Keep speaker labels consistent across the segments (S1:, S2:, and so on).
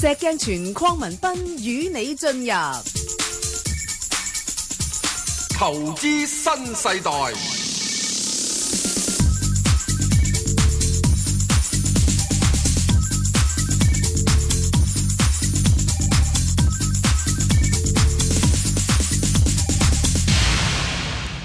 S1: 石鏡泉鄺民彬與你進入
S2: 投資新世代。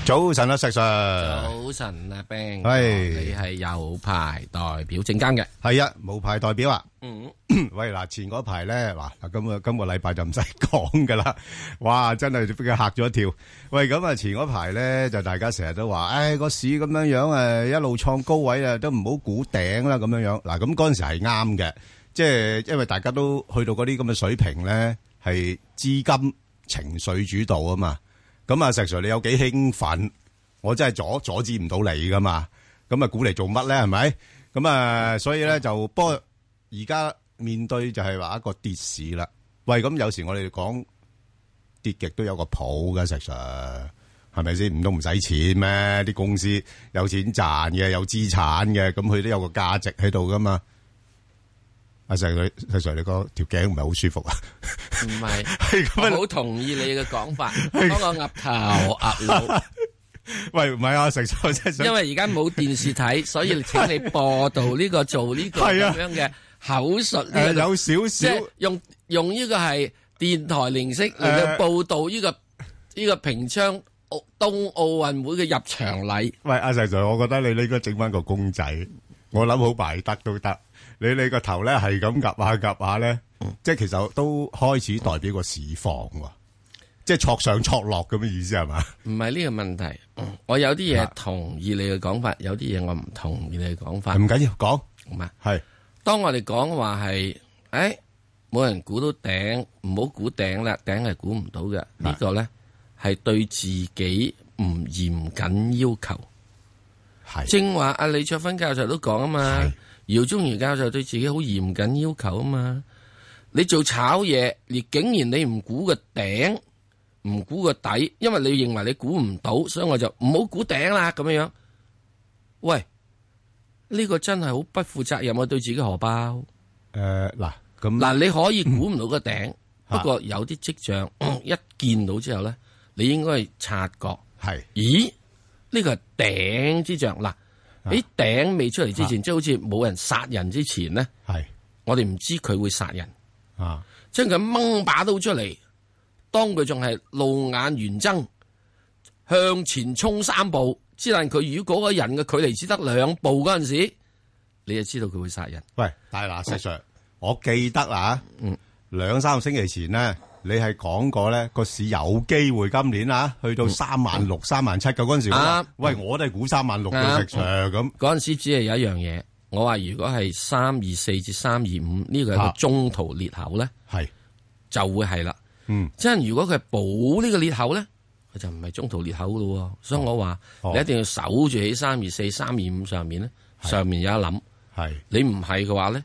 S3: 早晨啊，石Sir。
S4: 早晨啊，Bang，
S3: 係
S4: 你係有牌代表證監嘅，
S3: 係啊，無牌代表啊？
S4: 嗯，
S3: 喂，嗱，前嗰排呢，嗱，今個-今個禮拜就唔使講㗎啦。哇，真係俾佢嚇咗一跳。喂，咁啊，前嗰排呢，就大家成日都話，唉，個市咁樣樣，誒，一路創高位啊，都唔好估頂啦，咁樣樣。嗱，咁嗰陣時係啱嘅，即係因為大家都去到嗰啲咁嘅水平呢，係資金情緒主導啊嘛。咁啊，石Sir，你有幾興奮？我真係阻-阻止唔到你㗎嘛。咁啊，估嚟做乜呢？係咪？咁啊，所以呢，就-不過而家面對就係話一個跌市啦。喂，咁有時我哋講跌極都有個譜嘅，石 Sir 係咪先？唔通唔使錢咩？啲公司有錢賺嘅，有資產嘅，咁佢都有個價值喺度噶嘛。阿石女，石 Sir，你個條頸唔係好舒服啊？
S4: 唔係，
S3: 係咁
S4: 我
S3: 啊！
S4: 好同意你嘅講 法，幫我岌頭岌腦，
S3: 喂，唔係啊，石 Sir，真係想
S4: 因為而家冇電視睇，所以請你播道呢個做呢個
S3: 係啊
S4: 咁樣嘅口述
S3: 誒
S4: 呢個，
S3: 有少
S4: 即
S3: 少
S4: 係用用呢個係電台形式嚟
S3: 誒
S4: 到報導呢 個呢個平昌奧冬奧運會嘅入場禮，
S3: 喂，阿 Sir Sir，我覺得你你應該整翻個公仔，我諗好賣得都得。你你個頭咧係咁夾下夾下咧，即係其實都開始代表個市況喎，即係挫上挫落咁嘅意思係嘛？
S4: 唔係呢個問題。我有啲嘢
S3: 啊
S4: 同意你嘅講法，有啲嘢我唔同意你嘅講法
S3: 唔。緊要，講
S4: 好嘛？
S3: 係
S4: 當我哋講話係，诶，冇人估到頂，唔好估頂啦，頂係估唔到嘅。呢個咧係對自己唔嚴謹要求。
S3: 係
S4: 正話阿李卓芬教授都講啊嘛
S3: 係，
S4: 姚宗儀教授對自己好嚴謹要求啊嘛。你做炒嘢，你竟然你唔估個頂，唔估個底，因為你認為你估唔到，所以我就唔好估頂啦咁樣。喂，呢、個真係好不負責任啊！對自己荷包。
S3: 誒嗱咁
S4: 嗱，你可以估唔到個頂，
S3: 嚇
S4: 不過有啲跡象嗯一見到之後咧，你應該係察覺，
S3: 係
S4: 咦？呢個係頂之象。嗱，喺頂未出嚟之前，即係好似冇人殺人之前咧，
S3: 係
S4: 我哋唔知佢會殺人，
S3: 啊
S4: 將佢掹把刀出嚟，當佢仲係露眼圓睜，向前衝三步，之但佢如果嗰個人嘅距離只得兩步嗰陣時，你就知道佢會殺人。
S3: 喂，大嗱石 Sir，我記得啦，兩三個星期前咧，你係講過咧個市有機會今年啊去到三萬六、三萬七嘅嗰陣時，我話
S4: 啱
S3: 喂我都係估三萬六嘅
S4: 啱
S3: 石 Sir 咁。
S4: 嗰陣時只係有一樣嘢，我話如果係三二四至三二五呢個係一
S3: 啊
S4: 個中途裂口咧，
S3: 系，
S4: 就會係啦。
S3: 嗯，
S4: 即係如果佢係補呢個裂口咧，佢就唔係中途裂口咯喎。所以我話、
S3: 哦
S4: 你一定要守住喺三二四、三二五上面咧，上面有一諗。
S3: 系，
S4: 你唔係嘅話咧，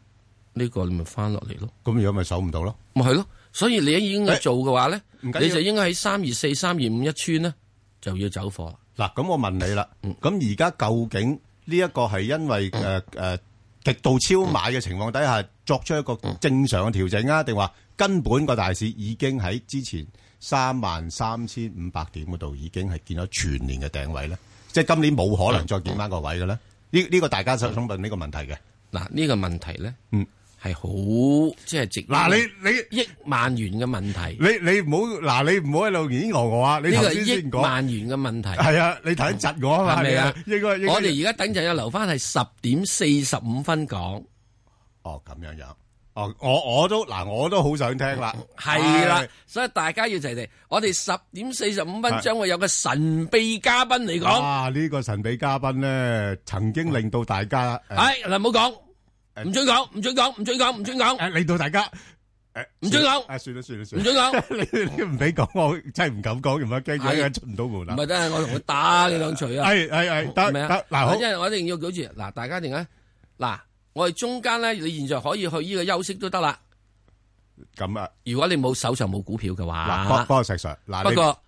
S4: 呢、個你咪翻落嚟咯，
S3: 咁如果咪守唔到咯？
S4: 咪係咯。所以你已經
S3: 誒
S4: 做嘅話咧，
S3: 唔緊要
S4: 你就應該喺三二四、三二五一穿咧，就要走貨啦。
S3: 嗱，咁我問你啦，咁而家究竟呢一個係因為诶诶极度超買嘅情況底下，作出一個正常嘅調整啊，定話根本個大市已經喺之前三萬三千五百點嗰度已經係見咗全年嘅頂位咧？即係今年冇可能再見翻個位嘅咧？呢呢個大家想想問呢個問題嘅。
S4: 嗱，呢個問題咧，
S3: 嗯，
S4: 係好即係值
S3: 嗱，你你。
S4: 億萬元嘅問題，
S3: 你你唔好嗱，你唔好喺度演我我啊！你
S4: 呢
S3: 頭
S4: 個
S3: 先
S4: 係億
S3: 先講，
S4: 萬元嘅問題，
S3: 係啊，你頭先窒我啊嘛，
S4: 係咪啊
S3: 你？應該應該
S4: 我哋而家等陣要留翻係十點四十五分講，
S3: 哦，咁樣樣。哦，我我都嗱，我都好想聽啦。
S4: 係啦
S3: 唉，，
S4: 所以大家要齊地，我哋十點四十五
S3: 係
S4: 分將會有個神秘嘉賓嚟講，
S3: 哇！呢個神秘嘉賓咧，曾經令到大家誒
S4: 係嗱，唔好
S3: 誒
S4: 講，唔准講，唔准講，唔准講，唔准講，
S3: 誒，令到大家誒
S4: 唔准講
S3: 誒，算啦算啦
S4: 唔
S3: 算啦，
S4: 准講，
S3: 你你唔俾講，我真係唔敢講，唔啊
S4: 係
S3: 驚佢出唔到門
S4: 唔
S3: 啦。
S4: 係等陣我同佢打你兩錘 啊！
S3: 係係
S4: 係
S3: 係，得
S4: 咪啊
S3: 得嗱好
S4: 因為我一定要保住嗱，大家點解嗱？我哋中間咧，你現在可以去呢個休息都得啦。
S3: 咁啊
S4: 如果你冇手上冇股票嘅話，
S3: 嗱，幫幫我石 Sir 嗱，
S4: 不
S3: 你
S4: 過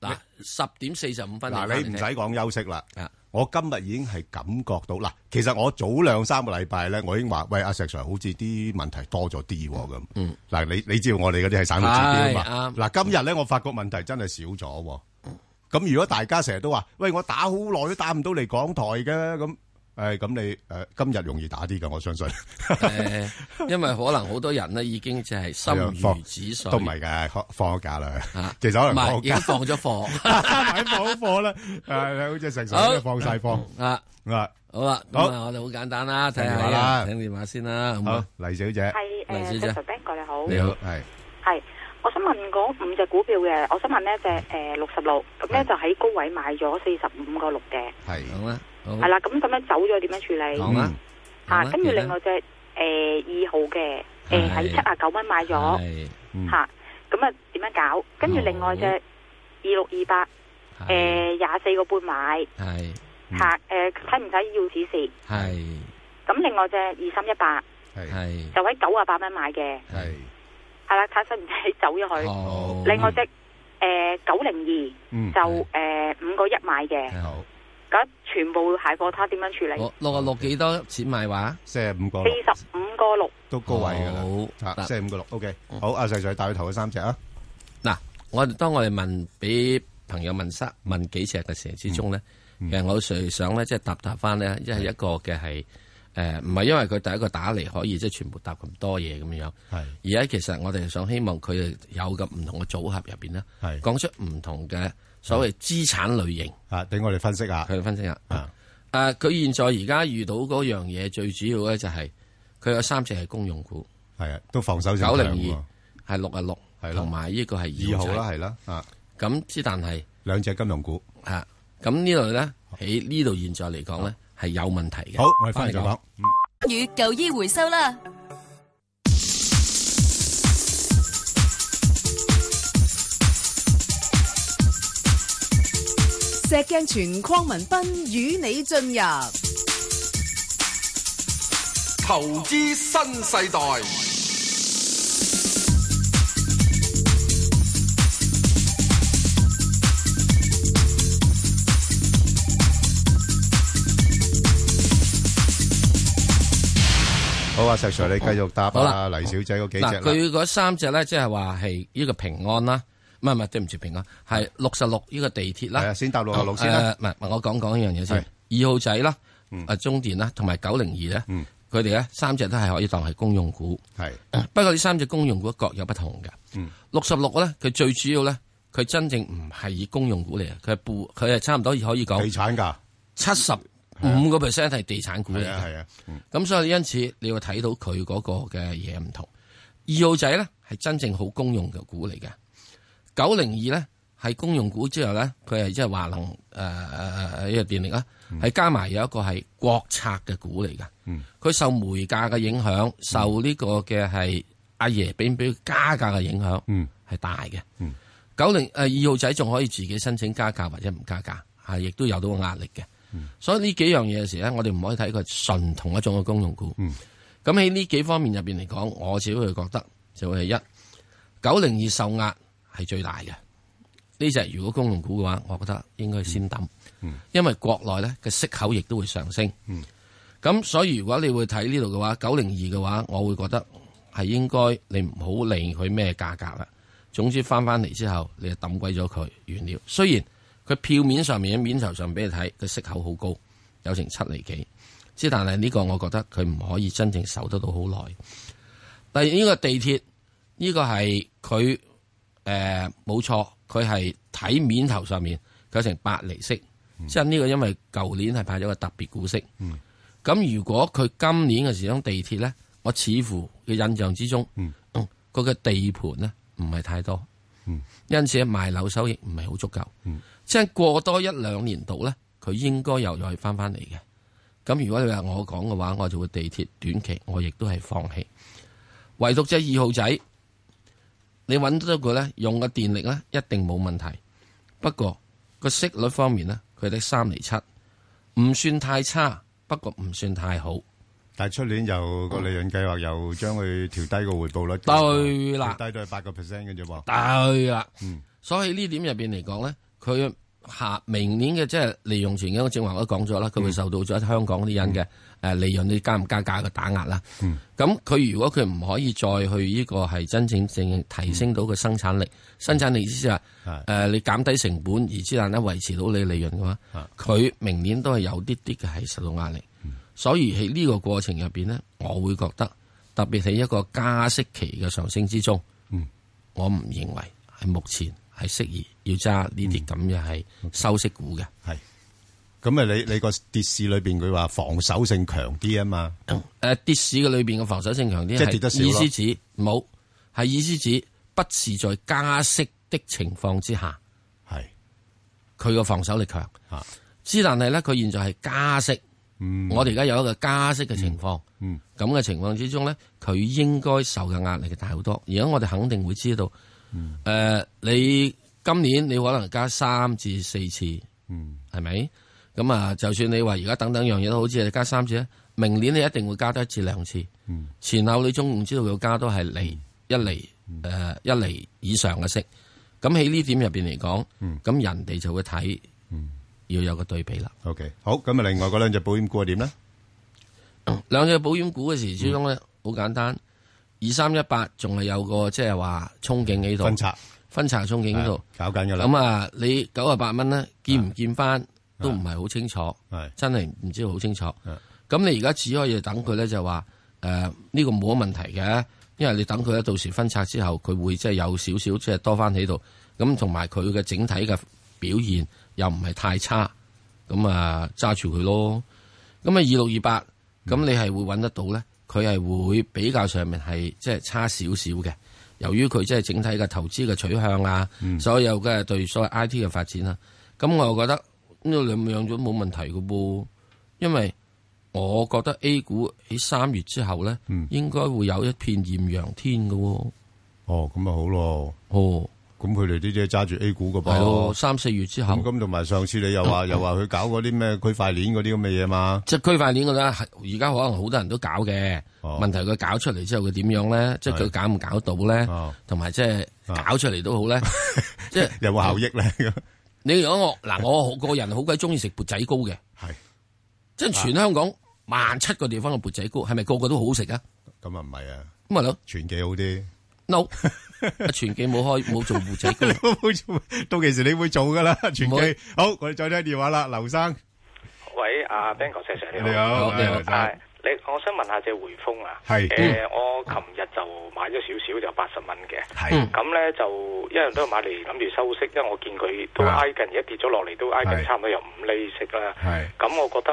S4: 嗱，十點四十五分
S3: 嗱你唔使講休息啦
S4: 啊，
S3: 我今日已經係感覺到嗱，其實我早兩三個禮拜咧，我已經話喂阿石 Sir，好似啲問題多咗啲喎咁。嗯，嗱你你知道我哋嗰啲係省會指標啊嘛。嗱今日咧，我發覺問題真係少咗喎。咁如果大家成日都話喂我打好耐都打唔到嚟港台嘅咁，誒咁你誒今日容易打啲㗎，我相 信。
S4: 誒，因為可能好多人呢已經就係心如止水，
S3: 都唔係嘅，放放咗假啦
S4: 啊。
S3: 其實可
S4: 唔
S3: 能
S4: 係
S3: 放
S4: 已經放咗貨
S3: 買冇貨啦，誒好似成
S4: 好
S3: 成都放晒貨
S4: 啊！
S3: 啊！
S4: 好啦，咁啊，我哋好簡單啦，睇
S3: 聽電話
S4: 下
S3: 啦
S4: 啦，聽電話先啦，好
S3: 好
S4: 嘛？，
S3: 黎小姐，
S5: 系
S4: 黎小姐
S5: 诶，石 Sir Ben 哥你好，
S4: 你好
S3: 係
S5: 系，我想問嗰五隻股票嘅，我想問呢只诶六十六，咁咧
S3: 係
S5: 就喺高位買咗四十五個六嘅，
S3: 係
S4: 好啦，好
S5: 係啦，咁咁樣走咗點樣處
S4: 好
S5: 理？
S4: 啦，
S5: 吓，
S4: 好啦
S5: 跟住另外隻诶二號嘅，诶喺
S4: 係
S5: 七啊九蚊買咗，
S4: 係
S3: 嗯
S5: 吓，咁啊點樣搞？跟住另外隻
S4: 好
S5: 二六二八，
S4: 係
S5: 诶廿四個半買，
S4: 係
S3: 嗯
S5: 吓，诶使唔使要指示？
S4: 係
S5: 咁另外隻二三一八
S3: 係
S4: 係
S5: 就喺九啊八蚊買嘅，
S3: 係
S5: 係啦，睇使唔使走咗佢？
S4: 好，
S5: 另外隻
S6: 呃
S5: 诶九零二。
S3: 嗯
S4: 係
S5: 就诶五個一買嘅，
S4: 好，
S5: 咁全部蟹貨他點樣處理？
S4: 我六啊六幾多錢買話？
S3: 四十五個六
S5: 四十五個六，
S3: 都高位㗎啦，
S4: 好
S3: 啊
S4: 嗱
S3: 四十五個六，OK，好，阿細仔帶佢頭嗰三隻啊，
S4: 嗱，我哋當我哋問俾朋友問三問幾隻嘅時之中咧，
S3: 嗯
S4: 其實我最想咧即係答答翻咧，即係一個嘅係誒，唔係因為佢第一個打嚟可以即係全部答咁多嘢咁樣，
S3: 係
S4: 而家其實我哋想希望佢哋有咁唔同嘅組合入邊咧，
S3: 係
S4: 講出唔同嘅所謂資產類型
S3: 啊，俾我哋分析下
S4: 去分析下。
S3: 啊，
S4: 誒，佢現在而家遇到嗰樣嘢最主要咧就係佢有三隻係公用股，
S3: 係啊，都防守性
S4: 九零
S3: 強喎
S4: 二係六啊
S3: 係
S4: 六，
S3: 咯
S4: 同埋呢個係
S3: 二號
S4: 仔
S3: 啦，係啦，啊，
S4: 咁之但係。
S3: 兩隻金融股，
S4: 啊，咁呢度咧喺呢度現在嚟講咧係有問題嘅。
S3: 好，我哋翻嚟再講。嗯
S7: 與舊衣回收啦。
S1: 石鏡泉邝文斌與你進入
S2: 投資新世代，
S3: 好啊，石 Sir，你繼續答
S4: 好
S3: 啊，黎小姐嗰幾
S4: 嗱，
S3: 隻啦，
S4: 佢嗰三隻咧，即係話係呢個平安啦，唔係唔係，對唔住平安，係六十六呢個地鐵
S3: 啊係啊，
S4: 啦，
S3: 先答六啊六先啦，
S4: 誒。唔係，我講講一樣嘢先。二號仔啦，啊中電啦，同埋九零二咧
S3: 嗯，
S4: 佢哋咧三隻都係可以當係公用股。
S3: 係
S4: 不過呢三隻公用股各有不同嘅
S3: 嗯。
S4: 六十六咧，佢最主要咧，佢真正唔係以公用股嚟嘅，佢係部，佢係差唔多可以
S3: 地
S4: 講
S3: 產㗎，
S4: 七十五個 percent 係地產股嚟
S3: 係啊
S4: 嘅。
S3: 係啊，嗯
S4: 咁所以因此你要睇到佢嗰個嘅嘢唔同。二號仔咧係真正好公用嘅股嚟嘅，九零二咧係公用股之後咧，佢係即係華能誒誒誒呢個電力啦，係、加埋有一個係國策嘅股嚟嘅。
S3: 嗯
S4: 佢受煤價嘅影響，受呢個嘅係阿爺俾唔俾佢加價嘅影響
S3: 嗯
S4: 係大嘅
S3: 嗯。
S4: 九零誒二號仔仲可以自己申請加價或者唔加價，係亦都有到個壓力嘅。所以呢幾樣嘢嘅時咧，我哋唔可以睇佢純同一種嘅公用股。
S3: 嗯
S4: 咁喺呢幾方面入邊嚟講，我自己會覺得就會係一九零二受壓係最大嘅。呢只如果公用股嘅話，我覺得應該先抌，
S3: 嗯
S4: 因為國內咧嘅息口亦都會上升。
S3: 嗯
S4: 咁所以如果你會睇呢度嘅話，九零二嘅話，我會覺得係應該你唔好理佢咩價格啦。總之翻翻嚟之後，你就抌鬼咗佢原料。雖然佢票面上面嘅面頭上俾你睇，佢息口好高，有成七厘幾。之但係呢個，我覺得佢唔可以真正守得到好耐。但係呢個地鐵，呢、個係佢誒冇錯，佢係睇面頭上面佢有成八厘息，
S3: 嗯
S4: 即係呢個因為舊年係派咗個特別股息。咁、如果佢今年嘅時鐘地鐵咧，我似乎嘅印象之中，
S3: 嗯
S4: 嗯佢嘅、地盤咧唔係太多，
S3: 嗯
S4: 因此賣樓收益唔係好足夠。即係過多一兩年度咧，佢應該又再翻翻嚟嘅。咁如果你話我講嘅話，我就會地鐵短期我亦都係放棄。唯獨只二號仔，你揾到佢咧，用嘅電力咧一定冇問題。不過個息率方面咧，佢得三厘七，唔算太差，不過唔算太好。
S3: 但係出年又個利潤計劃又將佢調低個回報率，
S4: 對啦
S3: 調低到係八個 percent 嘅啫喎。
S4: 對啦，
S3: 哦嗯
S4: 所以呢點入邊嚟講咧，佢下明年嘅即係利用前景，我正話我都講咗啦，佢會受到咗香港啲人嘅誒利潤你加唔加價嘅打壓啦。咁佢如果佢唔可以再去呢個係真正正提升到個生產力，生產力意思就係
S3: 係
S4: 誒你減低成本，而之但咧維持到你利潤嘅話，佢明年都係有啲啲嘅係受到壓力。所以喺呢個過程入邊咧，我會覺得特別喺一個加息期嘅上升之中，
S3: 嗯
S4: 我唔認為係目前係適宜要揸呢
S3: 嗯
S4: 啲咁嘅係收息股嘅。
S3: 係。咁啊，你你個跌市裏邊佢話防守性強啲啊嘛，
S4: 誒、呃跌市嘅裏邊嘅防守性強啲，
S3: 即係跌得少
S4: 意
S3: 咯
S4: 思指冇係意思指不是在加息的情況之下，
S3: 係
S4: 佢個防守力強。
S3: 啊，
S4: 之但係咧，佢現在係加息，
S3: 嗯
S4: 我哋而家有一個加息嘅情況。
S3: 嗯
S4: 咁嘅情況之中咧，佢應該受嘅壓力嘅大好多。而家我哋肯定會知道，誒、
S3: 嗯
S4: 你今年你可能加三至四次，
S3: 嗯
S4: 係咪？咁啊，就算你話而家等等樣嘢都好似係加三次咧，明年你一定會加多一至兩次。
S3: 嗯
S4: 前後你中午知道佢加都係厘一厘
S3: 嗯
S4: 誒、一厘以上嘅息。咁喺呢點入邊嚟講，咁、
S3: 嗯
S4: 人哋就會睇，要有個對比啦。
S3: ，OK，好，咁啊，另外嗰兩隻保險股係點咧？
S4: 兩隻保險股嘅時之中咧，好簡單。二三一八仲係有個即係話憧憬喺度，
S3: 分拆
S4: 分拆憧憬喺度。
S3: 搞緊噶啦，
S4: 咁啊，你九啊八蚊咧，見唔見翻都唔係好清楚，
S3: 係
S4: 真係唔知好清楚
S3: 係。
S4: 咁你而家只可以等佢咧，就話誒呢個冇乜問題嘅，因為你等佢咧到時分拆之後，佢會即係有少少即係多翻喺度。咁同埋佢嘅整體嘅表現又唔係太差，咁啊揸住佢咯。咁啊二六二八，咁你係會揾得到咧？佢係會比較上面係即係差少少嘅。由於佢即係整體嘅投資嘅取向啊，所有嘅對所謂 I T 嘅發展啊，咁我又覺得呢兩樣咗冇問題嘅噃，因為我覺得 A 股喺三月之後咧，應該會有一片豔陽天嘅喎。
S3: 哦，咁啊好咯，
S4: 哦，
S3: 咁佢哋呢啲係揸住 A 股嘅
S4: 係咯，
S3: 噃。
S4: 三四月之後
S3: 咁，咁同埋上次你 又話又話佢搞嗰啲咩區塊鏈嗰啲咁嘅嘢嘛，
S4: 即係區塊鏈嘅啦，係而家可能好多人都搞嘅。
S3: 哦
S4: 問題佢搞出嚟之後，佢點樣咧？即係佢搞唔搞到咧
S3: 哦？
S4: 同埋即係
S3: 啊
S4: 搞出嚟都好咧。即係
S3: 有冇效益咧？咁
S4: 你如果我嗱，我個人好鬼中意食缽仔糕嘅，
S3: 係
S4: 即係全香港萬七個地方嘅缽仔糕，係咪個個都好好食啊？
S3: 咁啊唔 係啊，
S4: 咁咪咯
S3: 傳記好啲。
S4: ，no，阿全記冇開冇做缽仔糕。
S3: 冇做， 到其時你會做噶啦，全
S4: 唔會
S3: 記。好，我哋再聽電話啦，劉生，
S8: 喂，阿 Ben 哥 Sir 你好。
S3: 你好，
S4: 好你好嗯
S3: 劉生
S8: 係你，我想問下只匯豐啊。
S3: 係
S8: 誒，我琴日就買咗少少，就八十蚊嘅。
S3: 係
S8: 咁咧就因為都買嚟諗住收息，因為我見佢都
S3: 啊
S8: 挨近，而家跌咗落嚟都挨
S3: 係
S8: 近差唔多有五厘息啦。
S3: 係
S8: 咁我覺得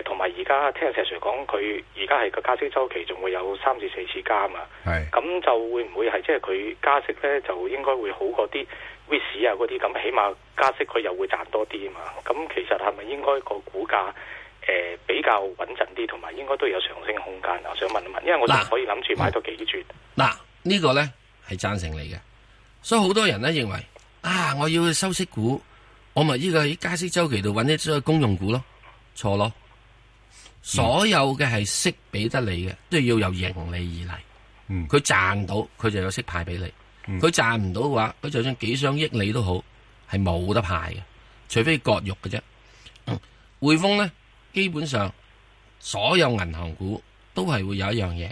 S8: 誒，同埋而家聽石 Sir 講，佢而家係個加息周期仲會有三至四次加嘛。
S3: 係
S8: 咁就會唔會係即係佢加息咧，就應該會好過啲 w i s 啊嗰啲咁，起碼加息佢又會賺多啲啊嘛。咁其實係咪應該個股價誒、呃比較穩陣啲，同埋應該都有上升空間啊？我想問一問，因為我仲
S4: 嗱
S8: 可以諗住買多幾注。
S4: 嗱，呢個咧係贊成你嘅，所以好多人咧認為啊，我要收息股，我咪呢個喺加息周期度揾啲所謂公用股咯，錯咯。所有嘅係息俾得你嘅，都要由盈利而嚟。
S3: 嗯
S4: 佢賺到佢就有息派俾你，佢賺唔到嘅話，佢就算幾想益你都好，係冇得派嘅，除非割肉嘅啫。嗯匯豐咧，基本上所有銀行股都係會有一樣嘢，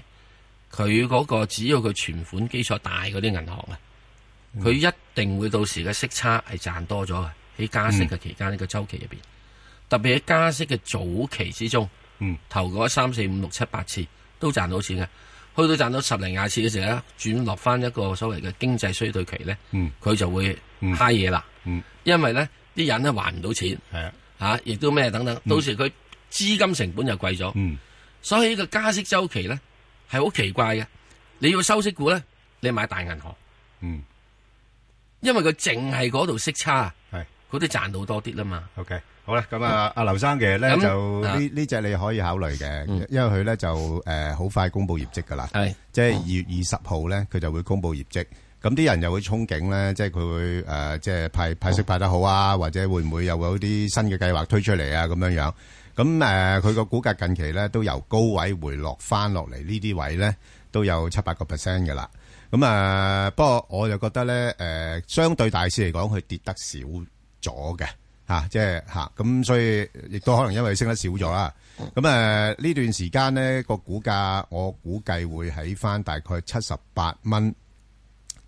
S4: 佢嗰、個只要佢存款基礎大嗰啲銀行啊，
S3: 嗯
S4: 佢一定會到時嘅息差係賺多咗嘅。喺加息嘅期間呢、個周期入邊，特別喺加息嘅早期之中，
S3: 嗯
S4: 頭嗰三四五六七八次都賺到錢嘅。去到賺到十零廿次嘅時候咧，轉落翻一個所謂嘅經濟衰退期咧，
S3: 嗯
S4: 佢就會
S3: 嗯
S4: 嗨嘢啦。
S3: 嗯
S4: 因為咧啲人咧還唔到錢
S3: 係啊，
S4: 嚇、啊亦都咩等等，到時佢資金成本就貴咗。
S3: 嗯
S4: 所以呢個加息周期咧係好奇怪嘅。你要收息股咧，你買大銀行，
S3: 嗯
S4: 因為佢淨係嗰度息差，
S3: 係
S4: 佢都賺到多啲啦嘛。
S3: ，OK，好啦，咁啊，阿劉生其實咧
S4: 嗯咁
S3: 就
S4: 啊嗯
S3: 呢呢只你可以考慮嘅，因為佢咧就誒好快公布業績噶啦。
S4: 係
S3: 即係二月二十號咧，佢就會公布業績。咁啲人又會憧憬咧，即係佢會誒、呃即係
S4: 哦
S3: 派派息派得好啊，或者會唔會又有啲新嘅計劃推出嚟啊咁樣樣。咁誒，佢個股價近期咧都由高位回落翻落嚟呢啲位咧，都有七八個 percent 嘅啦。咁呃啊，不過我就覺得咧，誒、相對大市嚟講，佢跌得少咗嘅。吓，即係吓，咁所以亦都可能因為升得少咗啦。咁诶呢段時間呢個股價，我估計會喺翻大概七十八蚊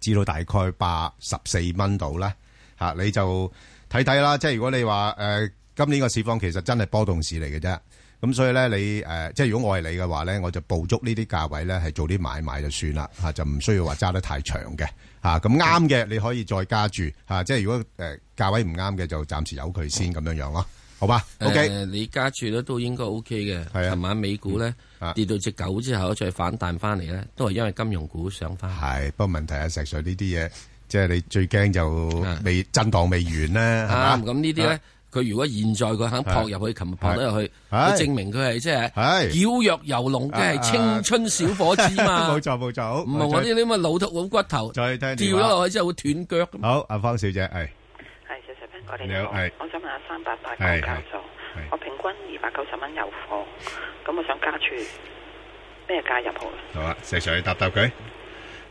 S3: 至到大概八十四蚊度啦。吓、你就睇睇啦。即係如果你話诶、誒今年個市況其實真係波動市嚟嘅啫。咁所以咧，你誒、即係如果我係你嘅話咧，我就捕捉呢啲價位咧，係做啲買賣就算啦，嚇、就唔需要話揸得太長嘅嚇。咁啱嘅，你可以再加注嚇、即係如果誒、價位唔啱嘅，就暫時由佢先咁樣樣咯，好吧？OK，
S4: 呃誒你加住咧都應該 O K 嘅。
S3: 係啊
S4: 琴晚美股咧
S3: 嗯啊
S4: 跌到只狗之後，再反彈翻嚟咧，都係因為金融股上翻。
S3: 係、不過問題啊，石 Sir 呢啲嘢，即係你最驚就
S4: 啊
S3: 未震盪未完咧，係
S4: 啱
S3: 嘛？
S4: 啊咁呢啲咧，佢如果現在佢肯撲入去，琴日撲得入去，佢
S3: 啊係
S4: 證明佢係即係
S3: 係
S4: 矯若游龍嘅係
S3: 啊
S4: 青春小伙子嘛
S3: 冇。錯冇錯，好
S4: 唔係我啲咁嘅老頭老骨頭，掉
S3: 再再聽
S4: 咗
S3: 電話
S4: 落去之後會斷腳㗎嘛。
S3: 好，阿方小姐係
S5: 係石石斌，我哋
S3: 你好
S5: 好
S3: 係。
S5: 我想問下三八八
S3: 係
S5: 九教授
S3: 係係，
S5: 我平均二百九十蚊有貨，咁我想加注咩價入好咧？
S3: 好啊，石 Sir 你答答佢，
S4: 诶、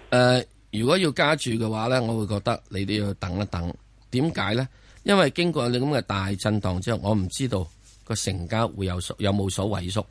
S4: 呃如果要加注嘅話咧，我會覺得你哋要等一等。點解咧？因為經過你咁嘅大震盪之後，我唔知道個成交會有所有冇所萎縮。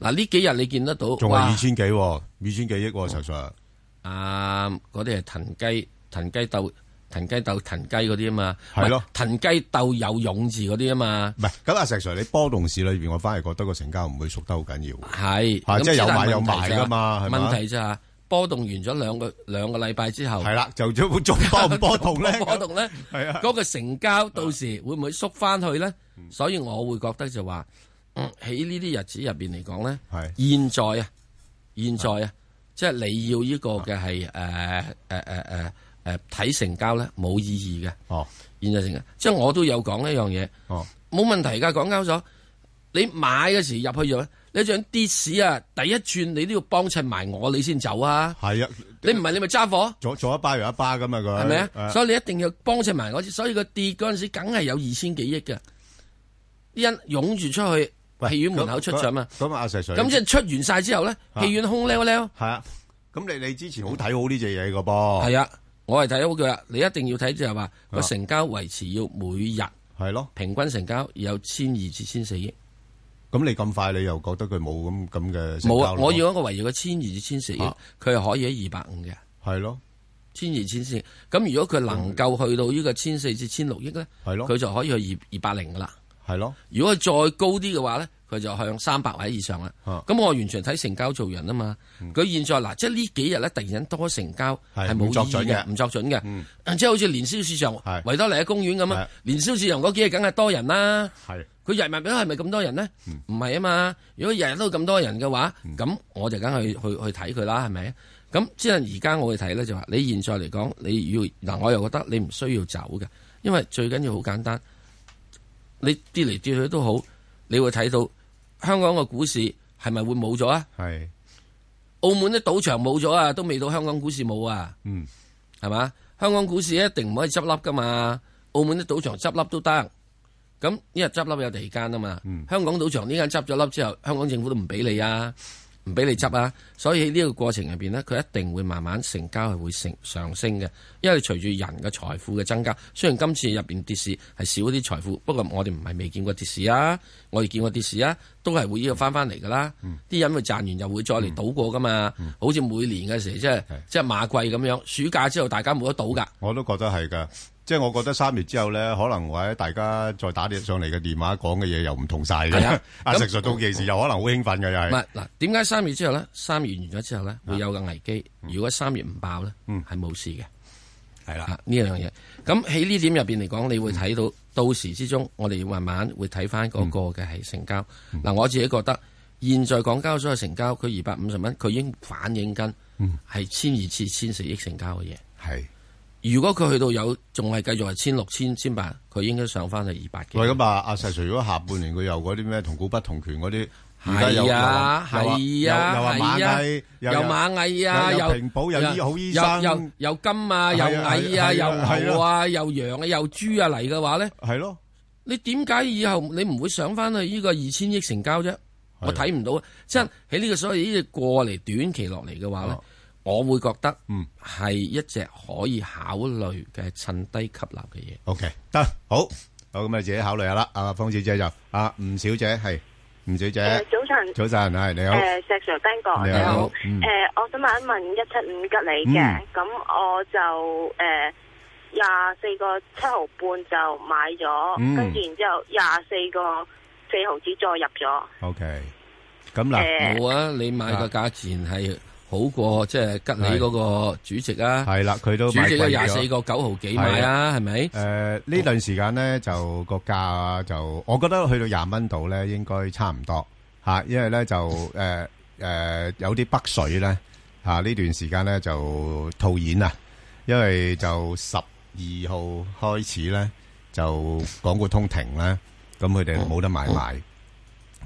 S4: 嗱，呢幾日你見得到，
S3: 仲係
S4: 哇
S3: 二千幾喎，二千幾億喎，石 Sir。
S4: 啊，嗰啲係騰雞、騰雞鬥、騰雞鬥、騰雞嗰啲啊嘛，
S3: 係咯
S4: 喂，騰雞鬥有勇字嗰啲啊嘛，
S3: 唔係，咁阿石 Sir，你波動市裏邊，我反而覺得個成交唔會縮得好緊要。
S4: 係。
S3: 啊
S4: 咁
S3: 即係
S4: 只
S3: 有
S4: 但
S3: 買有
S4: 問題
S3: 賣
S4: 就係啊
S3: 㗎嘛係嘛
S4: 問題就係波動完咗兩個兩個禮拜之後。
S3: 係啦，就仲仲 波唔波動咧？
S4: 波動咧，
S3: 係啊
S4: 嗰個成交到時會唔會縮翻去咧？所以我會覺得就話，嗯喺呢啲日子入邊嚟講咧，
S3: 係
S4: 現在啊，現在啊，即係你要呢個嘅係誒誒誒誒誒睇成交咧，冇意義嘅。
S3: 哦
S4: 現在成交，即係我都有講一樣嘢，
S3: 哦，
S4: 冇問題㗎。港交所，你買嘅時入去咗，你想跌市啊，第一轉你都要幫襯埋我，你先走啊。
S3: 係啊，
S4: 你唔係你咪揸貨。
S3: 左左一巴右一巴咁嘛佢。
S4: 系咪啊？
S3: 誒
S4: 所以你一定要幫襯埋我，所以佢跌嗰阵时，梗係有二千幾億嘅，啲人湧住出去
S3: 喂
S4: 戲院門口出咗嘛。
S3: 咁咁阿石 Sir，
S4: 咁即係出完晒之後咧，
S3: 啊
S4: 戲院空溜溜。
S3: 係啊。咁你你之前好睇好呢只嘢個噃，
S4: 係啊，我係睇好佢啦。你一定要睇就係話個
S3: 啊
S4: 成交維持要每日
S3: 係咯。
S4: 平均成交有千二至千四億。
S3: 咁你咁快你又覺得佢冇咁咁嘅成
S4: 冇啊
S3: 交，咯
S4: 我要一個圍繞個千二至千四億，
S3: 啊
S4: 佢係可以喺二百五嘅。
S3: 係咯
S4: 千二千四，咁如果佢能夠去到呢個千四至千六億咧，
S3: 嗯係咯
S4: 佢就可以去二二百零噶啦。
S3: 係咯，
S4: 如果佢再高啲嘅話咧，佢就向三百或者以上啦。
S3: 啊嗯
S4: 咁、我完全睇成交做人啊嘛。佢、現在嗱，即係呢幾日咧，突然間多成交
S3: 係
S4: 係冇
S3: 唔作
S4: 意
S3: 準
S4: 義
S3: 嘅嗯
S4: 嘅，唔作準嘅。即係好似年宵市場、
S3: 係
S4: 維多利亞公園咁
S3: 係
S4: 啊，年宵市場嗰幾日梗係多人啦。
S3: 係
S4: 佢日日都係咪咁多人呢？唔係啊嘛！如果日日都咁多人嘅話，咁、我就梗係去去去睇佢啦，係咪？咁即係而家我去睇咧，就話你現在嚟講，你要嗱，我又覺得你唔需要走嘅，因為最緊要好簡單，你跌嚟跌去都好，你會睇到香港嘅股市係咪會冇咗啊？
S3: 係
S4: 澳門啲賭場冇咗啊，都未到香港股市冇啊，
S3: 嗯
S4: 係嘛？香港股市一定唔可以執笠噶嘛，澳門啲賭場執笠都得。咁因為執笠有第二間啊嘛，香港賭場呢間執咗笠之後，香港政府都唔俾你啊，唔俾你執啊，所以喺呢個過程入邊呢，佢一定會慢慢成交係會成上升嘅，因為隨住人嘅財富嘅增加，雖然今次入邊跌市係少啲財富，不過我哋唔係未見過跌市啊，我哋見過跌市啊，都係會呢個翻翻嚟噶啦，啲人咪賺完又會再嚟賭過噶嘛，好似每年嘅時即係即係馬季咁樣，暑假之後大家冇得賭噶。
S3: 我都覺得係㗎，即係我覺得三月之後咧，可能或者大家再打啲上嚟嘅電話講嘅嘢又唔同晒
S4: 係
S3: 嘅
S4: 啊。
S3: 阿
S4: 咁
S3: 石 Sir 到期時又可能好興奮嘅又
S4: 唔
S3: 係啊
S4: 係嗱，點解三月之後咧？三月完咗之後咧，會有個危機。如果三月唔爆咧，係冇事嘅。
S3: 嗯係啦嗯
S4: 啊，呢樣嘢。咁喺呢點入邊嚟講，你會睇到到時之中，我哋慢慢會睇翻嗰個嘅係成交。
S3: 嗯
S4: 嗱，我自己覺得現在港交所嘅成交，佢二百五十蚊，佢已經反映緊
S3: 嗯
S4: 係千二至千四億成交嘅嘢。
S3: 係。
S4: 如果佢去到有仲係繼續係千六、千千八，佢應該上翻去二百幾。
S3: 喂，咁啊，阿石 Sir，如果下半年佢又嗰啲咩同股不同權嗰啲，而家又
S4: 係啊，
S3: 又話
S4: 係啊，
S3: 又又話
S4: 係
S3: 螞
S4: 啊，
S3: 蟻，
S4: 有螞蟻啊，
S3: 又有
S4: 又
S3: 平保有醫好醫
S4: 又
S3: 生
S4: 又又金啊，
S3: 係
S4: 又
S3: 啊
S4: 蟻
S3: 係啊
S4: 啊，
S3: 係啊
S4: 又牛啊，又羊啊，又豬啊嚟嘅話咧，
S3: 係咯，
S4: 你點解以後你唔會上翻去呢個二千億成交啫？我睇唔到啊！即係喺呢個所謂呢只過嚟短期落嚟嘅話咧
S3: 哦，
S4: 我會覺得
S3: 嗯
S4: 係一隻可以考慮嘅趁低吸納嘅嘢。
S3: OK，得好。誒、好，咁啊自己考慮下啦。啊，方小姐就啊，吳小姐係吳小
S6: 誒
S3: 姐，
S6: 呃早晨，
S3: 早晨係你好，
S6: 誒石 Sir Ben 哥
S3: 呃你
S6: 你
S3: 好
S6: 好，
S3: 嗯
S6: 誒我想問一問一七五吉利嘅
S3: 嗯，
S6: 咁我就誒廿四個七毫半就買咗，
S3: 嗯
S6: 跟住然之後廿四個四毫子再入咗，
S3: ，OK。咁
S6: 誒
S3: 嗱，
S4: 冇啊！你買個價錢係好過即係吉利嗰個主席啊，
S3: 係啦，佢都
S4: 主
S3: 買
S4: 席都
S3: 貴
S4: 廿
S3: 咗
S4: 四個九毫幾買啊，係咪？
S3: 诶，呢段時間咧就個價就，我覺得去到廿蚊度咧應該差唔多吓，嚇因為咧就诶诶有啲北水咧吓呢段時間咧就套現啊，因為就十二號開始咧就港股通停啦，咁佢哋冇得買賣，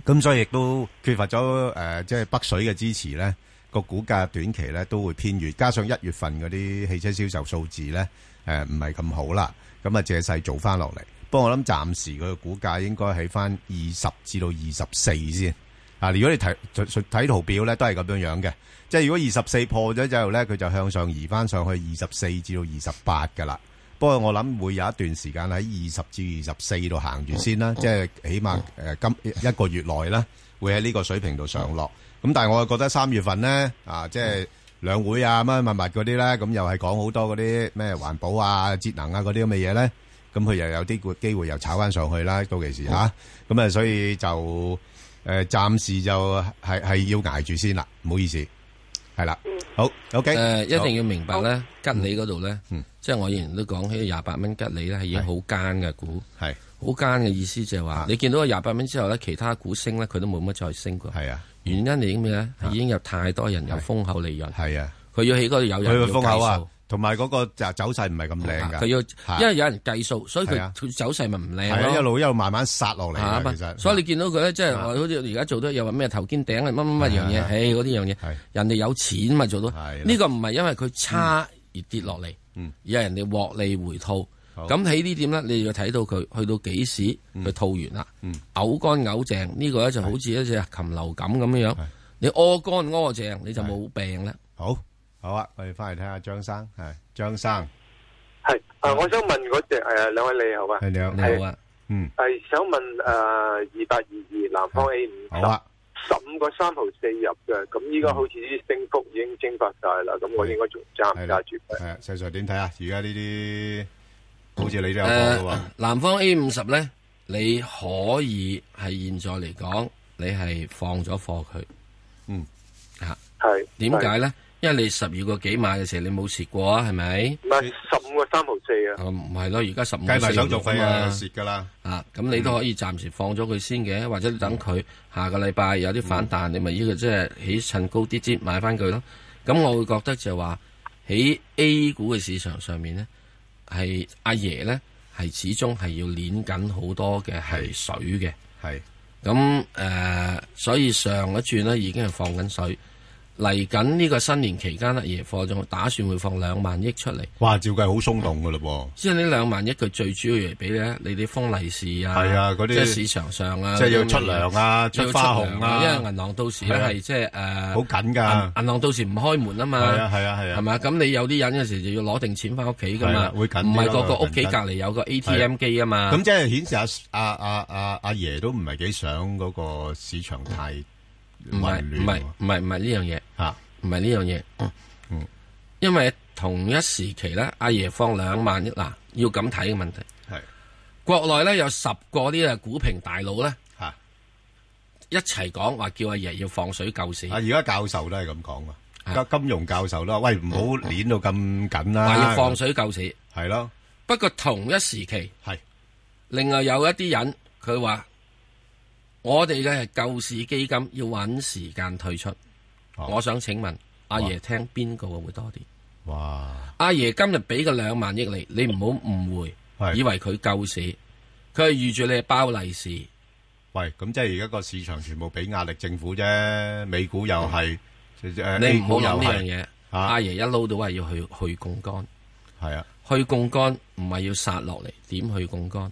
S3: 咁所以亦都缺乏咗诶即係北水嘅支持咧，個股價短期咧都會偏軟，加上一月份嗰啲汽車銷售數字咧。誒唔係咁好啦，咁啊借勢做翻落嚟。不過我諗暫時佢嘅股價應該喺翻二十至到二十四先。啊，如果你睇就就睇圖表咧，都係咁樣樣嘅。即係如果二十四破咗之後咧，佢就向上移翻上去二十四至到二十八噶啦。不過我諗會有一段時間喺二十至二十四度行住先啦，即係起碼誒今一個月內啦，會喺呢個水平度上落。咁但係我覺得三月份咧啊，即係兩會啊乜乜乜嗰啲咧，咁又係講好多嗰啲咩環保啊、節能啊嗰啲咁嘅嘢咧，咁佢又有啲個機會又炒翻上去啦，到期時嚇。咁啊，所以就誒暫時就係係要捱住先啦，唔好意思，係啦，好 OK，
S4: 誒，一定
S3: 要
S4: 要明白咧，吉利嗰度咧
S3: 嗯，
S4: 即係我以前都講起廿八蚊吉利咧，係已經好奸嘅股，
S3: 係
S4: 好奸嘅意思就係話
S3: 啊，
S4: 你見到個廿八蚊之後咧，其他股升咧，佢都冇乜再升過。
S3: 係啊啊
S4: 原因係咩咧？係已經有太多人有豐厚利潤，
S3: 係啊，
S4: 佢要起嗰度有人
S3: 佢
S4: 要
S3: 個風口
S4: 計
S3: 啊
S4: 數。，
S3: 同埋嗰個就走勢唔係咁靚㗎，
S4: 佢
S3: 嚇
S4: 要，因為有人計數，所以
S3: 係啊
S4: 佢佢走勢咪唔靚
S3: 係啊
S4: 咯
S3: 一。路一路慢慢殺落嚟
S4: 啊
S3: 㗎
S4: 嘛
S3: 其實
S4: 所以你見到佢咧，即係
S3: 啊
S4: 我好似而家做到又話咩頭肩頂啊，乜乜乜樣
S3: 係
S4: 嘢，
S3: 係
S4: 唉，嗰啲樣嘢
S3: 係，
S4: 人哋有錢嘛做到，
S3: 係啦
S4: 呢個唔係因為佢差而跌落嚟，
S3: 嗯
S4: 而係人哋獲利回吐。
S3: 好
S4: 咁喺呢點咧，你就要睇到佢去到幾時佢吐完啦
S3: 嗯，
S4: 嘔乾嘔淨呢個咧就好似一隻禽流感咁樣樣，你屙乾屙淨你就冇病啦。
S3: 好好啊，我哋翻嚟睇下張生，係張生，
S9: 系啊，我想问嗰只诶，两位你好啊，
S3: 係你好
S4: 你好啊，
S3: 嗯，
S9: 系想问诶二八二二南方 A 五
S3: 好啊，
S9: 十五个三毫四入嘅，咁依家好似啲升幅已經蒸發晒啦，咁我應該仲揸唔
S3: 嗯係啦
S9: 揸住，佢？
S3: 係啊，細 Sir 點睇啊？而家呢啲好似你都有啊講㗎
S4: 誒
S3: 喎，
S4: 南方 A 五十咧，你可以係現在嚟講，你係放咗貨佢。
S9: 係
S4: 點解咧？因為你十二個幾買嘅時候，你冇蝕過啊，係咪？
S9: 唔係十五個三毫四啊？
S4: 啊唔係咯，而家十五
S3: 計埋手續
S4: 做
S3: 費啊，蝕㗎啦，
S4: 啊，咁你都可以暫時放咗佢先嘅，或者等佢下個禮拜有啲反彈，你咪呢個即係起趁高啲啲買翻佢咯。咁我會覺得就話喺 A 股嘅市場上面呢，係阿爺呢，係始終係要攣緊好多嘅係水嘅。
S3: 係
S4: 咁誒、呃所以上一轉咧已經係放緊水，嚟緊呢個新年期間咧，爺貨仲打算會放兩萬億出嚟。
S3: 哇，照計好鬆動㗎嘞
S4: 即係呢兩萬億，佢最主要嚟俾咧，你哋封利是啊，
S3: 係啊嗰啲
S4: 即係市場上啊，
S3: 即係要
S4: 嗰啲
S3: 出糧啊
S4: 要
S3: 出花紅啊
S4: 出糧因為銀行到時咧
S3: 係啊
S4: 係即係誒
S3: 好緊㗎
S4: 銀銀行到時唔開門啊嘛，
S3: 係啊係啊係啊
S4: 係嘛？咁你有啲人嘅時就要攞定錢翻屋企㗎
S3: 係
S4: 嘛，
S3: 啊會緊啲
S4: 唔係
S3: 咯
S4: 個個屋企
S3: 銀
S4: 隔
S3: 根
S4: 離有個 ATM 機啊嘛，
S3: 喎，咁即係顯示阿阿阿阿阿爺都唔係幾想嗰個市場太
S4: 唔
S3: 混
S4: 係唔
S3: 亂
S4: 係
S3: 喎，
S4: 唔係唔係呢樣嘢。
S3: 嚇
S4: 唔係呢樣嘢。
S3: 嗯
S4: 因為同一時期咧，阿爺放兩萬億嗱，要咁睇嘅問題。
S3: 係
S4: 國內咧有十個啲啊股評大佬咧
S3: 嚇，啊
S4: 一齊講話叫阿爺要放水救市，話
S3: 而家教授都係咁講啊，
S4: 係
S3: 金金融教授都話：喂，唔好攣到咁緊啦，
S4: 要放水救市。
S3: 係咯，
S4: 不過同一時期，
S3: 係
S4: 另外有一啲人佢話：我哋嘅救市基金要揾時間退出。
S3: 哦
S4: 我想請問阿爺聽邊個會多啲？
S3: 哇，
S4: 阿爺今日俾個兩萬億你，你唔好誤
S3: 係
S4: 會，以為佢救市，佢係預住你係包利是，
S3: 喂，咁即係而家個市場全部俾壓力政府啫，美股又係，誒，
S4: 你
S3: A
S4: 唔好諗呢樣
S3: 股又係，啊
S4: 嘢。
S3: 嚇
S4: 阿爺一撈到係要去去杠杆，去杠杆唔係要殺落嚟，點去杠杆？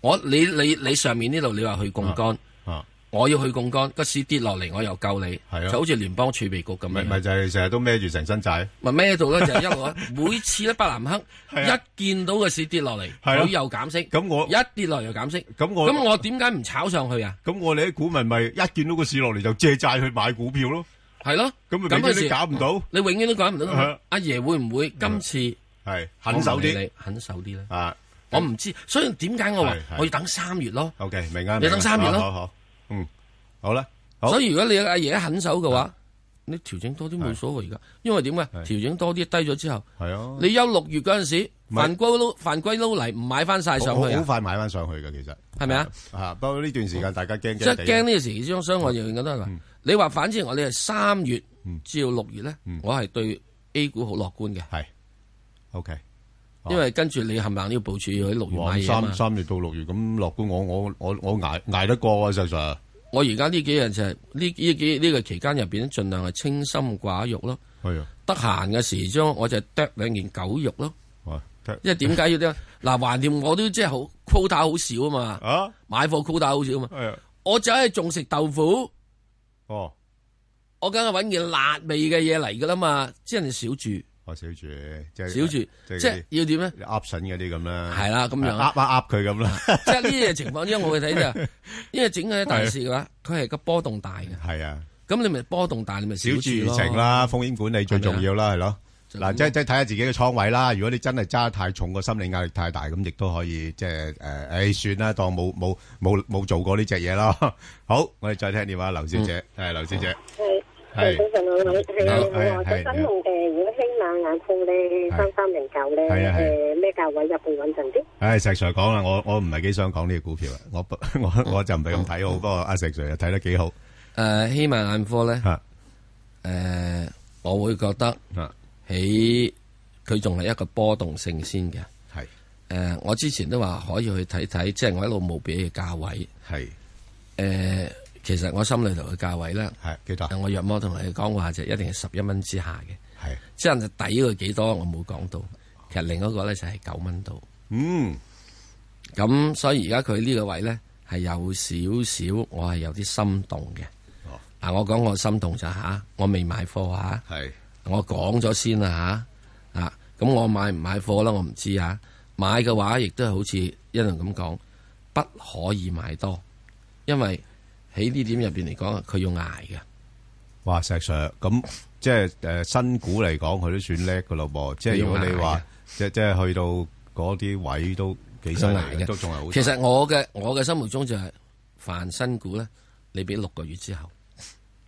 S4: 我你你你上面呢度你話去杠杆，
S3: 係啊，係，啊，
S4: 我要去杠杆，個市跌落嚟，我又救你，
S3: 係啊
S4: 就好似聯邦儲備局咁
S3: 咪
S4: 樣，
S3: 咪就係成日都孭住成身債，
S4: 咪咩度咧就係一 路，每次咧伯南克一見到個市跌落嚟，
S3: 係啊
S4: 佢又減息，
S3: 咁我
S4: 一跌落嚟又減息，
S3: 咁我
S4: 咁我點解唔炒上去啊？
S3: 咁我哋啲股民咪一見到個市落嚟就借債去買股票咯，
S4: 係咯，
S3: 咁咪
S4: 嗰
S3: 永遠
S4: 時
S3: 都搞唔到，
S4: 你永遠都搞唔到
S3: 係啊。
S4: 阿爺會唔會今次
S3: 係狠手
S4: 我唔理
S3: 啲
S4: 你，狠手啲咧？
S3: 啊
S4: 我唔知，所以點解我話
S3: 係係
S4: 我要等三月咯？
S3: ，OK 明啊，
S4: 你
S3: 明啊
S4: 等三年咯
S3: 好好好，嗯，好啦，好啊
S4: 所以如果你阿爺一狠手嘅話，你調整多啲冇所謂噶，因為點啊？
S3: 係
S4: 調整多啲低咗之後。
S3: 係啊，
S4: 你休六月嗰阵时，
S3: 唔係
S4: 犯歸撈犯歸撈嚟，唔買翻晒上去
S3: 好好
S4: 啊，
S3: 快買翻上去嘅其實
S4: 係咪啊？
S3: 啊，不過呢段時間大家驚
S4: 即係
S3: 驚
S4: 驚
S3: 地，
S4: 呢個時期之中，所以我仍然覺得係話你話反之，我哋係三月
S3: 嗯
S4: 至到六月咧
S3: 嗯，
S4: 我係對 A 股好樂觀嘅，
S3: 係 OK。哦
S4: 因為跟住你冚唪唥都要部署要喺六月買
S3: 哇
S4: 嘢啊
S3: 三
S4: 嘛。
S3: 三月到六月咁樂觀，我我我我捱捱得過啊，石 Sir。
S4: 我而家呢幾日就係呢呢幾呢個期間入邊，盡量係清心寡欲咯。
S3: 係啊，
S4: 得閒嘅時鐘，我就剁兩件狗肉咯。
S3: 哇聽
S4: 因為點解要啲？嗱，橫掂我都即係好 quota 好少啊嘛，
S3: 啊，
S4: 買貨 quota 好少啊嘛，
S3: 係啊，
S4: 我就係仲食豆腐。
S3: 哦，
S4: 我梗係揾件辣味嘅嘢嚟噶啦嘛，即係你少住
S3: 我小住，即係
S4: 少住，
S3: 即
S4: 即係
S3: 係
S4: 要點咧？
S3: 嗰啲呃 option 嗰啲咁啦，
S4: 係啦咁樣啊
S3: 呃呃呃佢咁啦，
S4: 即係呢啲嘅情況，因為我會睇就 係，因為整嘅大市嘅話，佢係個波動大嘅，
S3: 係啊，
S4: 咁你咪波動大，你咪
S3: 小
S4: 少
S3: 住
S4: 住
S3: 怡
S4: 咯
S3: 情。啦，風險管理最重要啦，係咯。
S4: 就咁
S3: 嗱，即係即係睇下自己嘅倉位啦。如果你真係揸得太重，個心理壓力太大，咁亦都可以即係誒，誒算啦，當冇冇冇冇做過呢只嘢啦。 好，我哋再聽電話，劉小姐，係劉小姐，
S6: 係
S3: 係
S6: 早晨兩位，係啊，我
S3: 係係
S6: 想問誒，如果希瑪眼科咧，
S3: 係
S6: 三三零九咧，
S3: 係啊係啊
S6: 誒咩價位入去穩陣啲？
S3: 唉，石 Sir 講啦，我我唔係幾想講呢個股票啊，我不 我我就唔係咁睇好，不過阿石 Sir 又睇得幾好
S4: 誒，希望眼科咧，
S3: 嚇
S4: 誒，我會覺得
S3: 啊，
S4: 喺佢仲係一個波動性先嘅。
S3: 係
S4: 誒，呃我之前都話可以去睇睇，即係我一路冇俾嘅價位。
S3: 係
S4: 誒，其實我心裏頭嘅價位咧，
S3: 係幾多？
S4: 我若魔同你講話就一定係十一蚊之下嘅。
S3: 係
S4: 之後就抵佢幾多，我冇講到。其實另一個咧就係九蚊度，
S3: 嗯
S4: 咁所以而家佢呢個位咧係有少少，我係有啲心動嘅。
S3: 哦
S4: 嗱、我講我心動就吓，我未買貨啊吓，
S3: 係
S4: 我講咗先啦吓，啊，咁我買唔買貨啦，我唔知啊。買嘅話，亦都係好似一樣咁講，不可以買多，因為喺呢點入邊嚟講，佢要捱嘅。
S3: 哇，石 Sir，咁即係誒新股嚟講，佢都算叻噶咯噃。即係如果你話即即係去到嗰啲位都幾犀利
S4: 佢捱嘅
S3: 嘅，都仲係好。
S4: 其實我嘅我嘅心目中就係、凡新股咧，你俾六個月之後。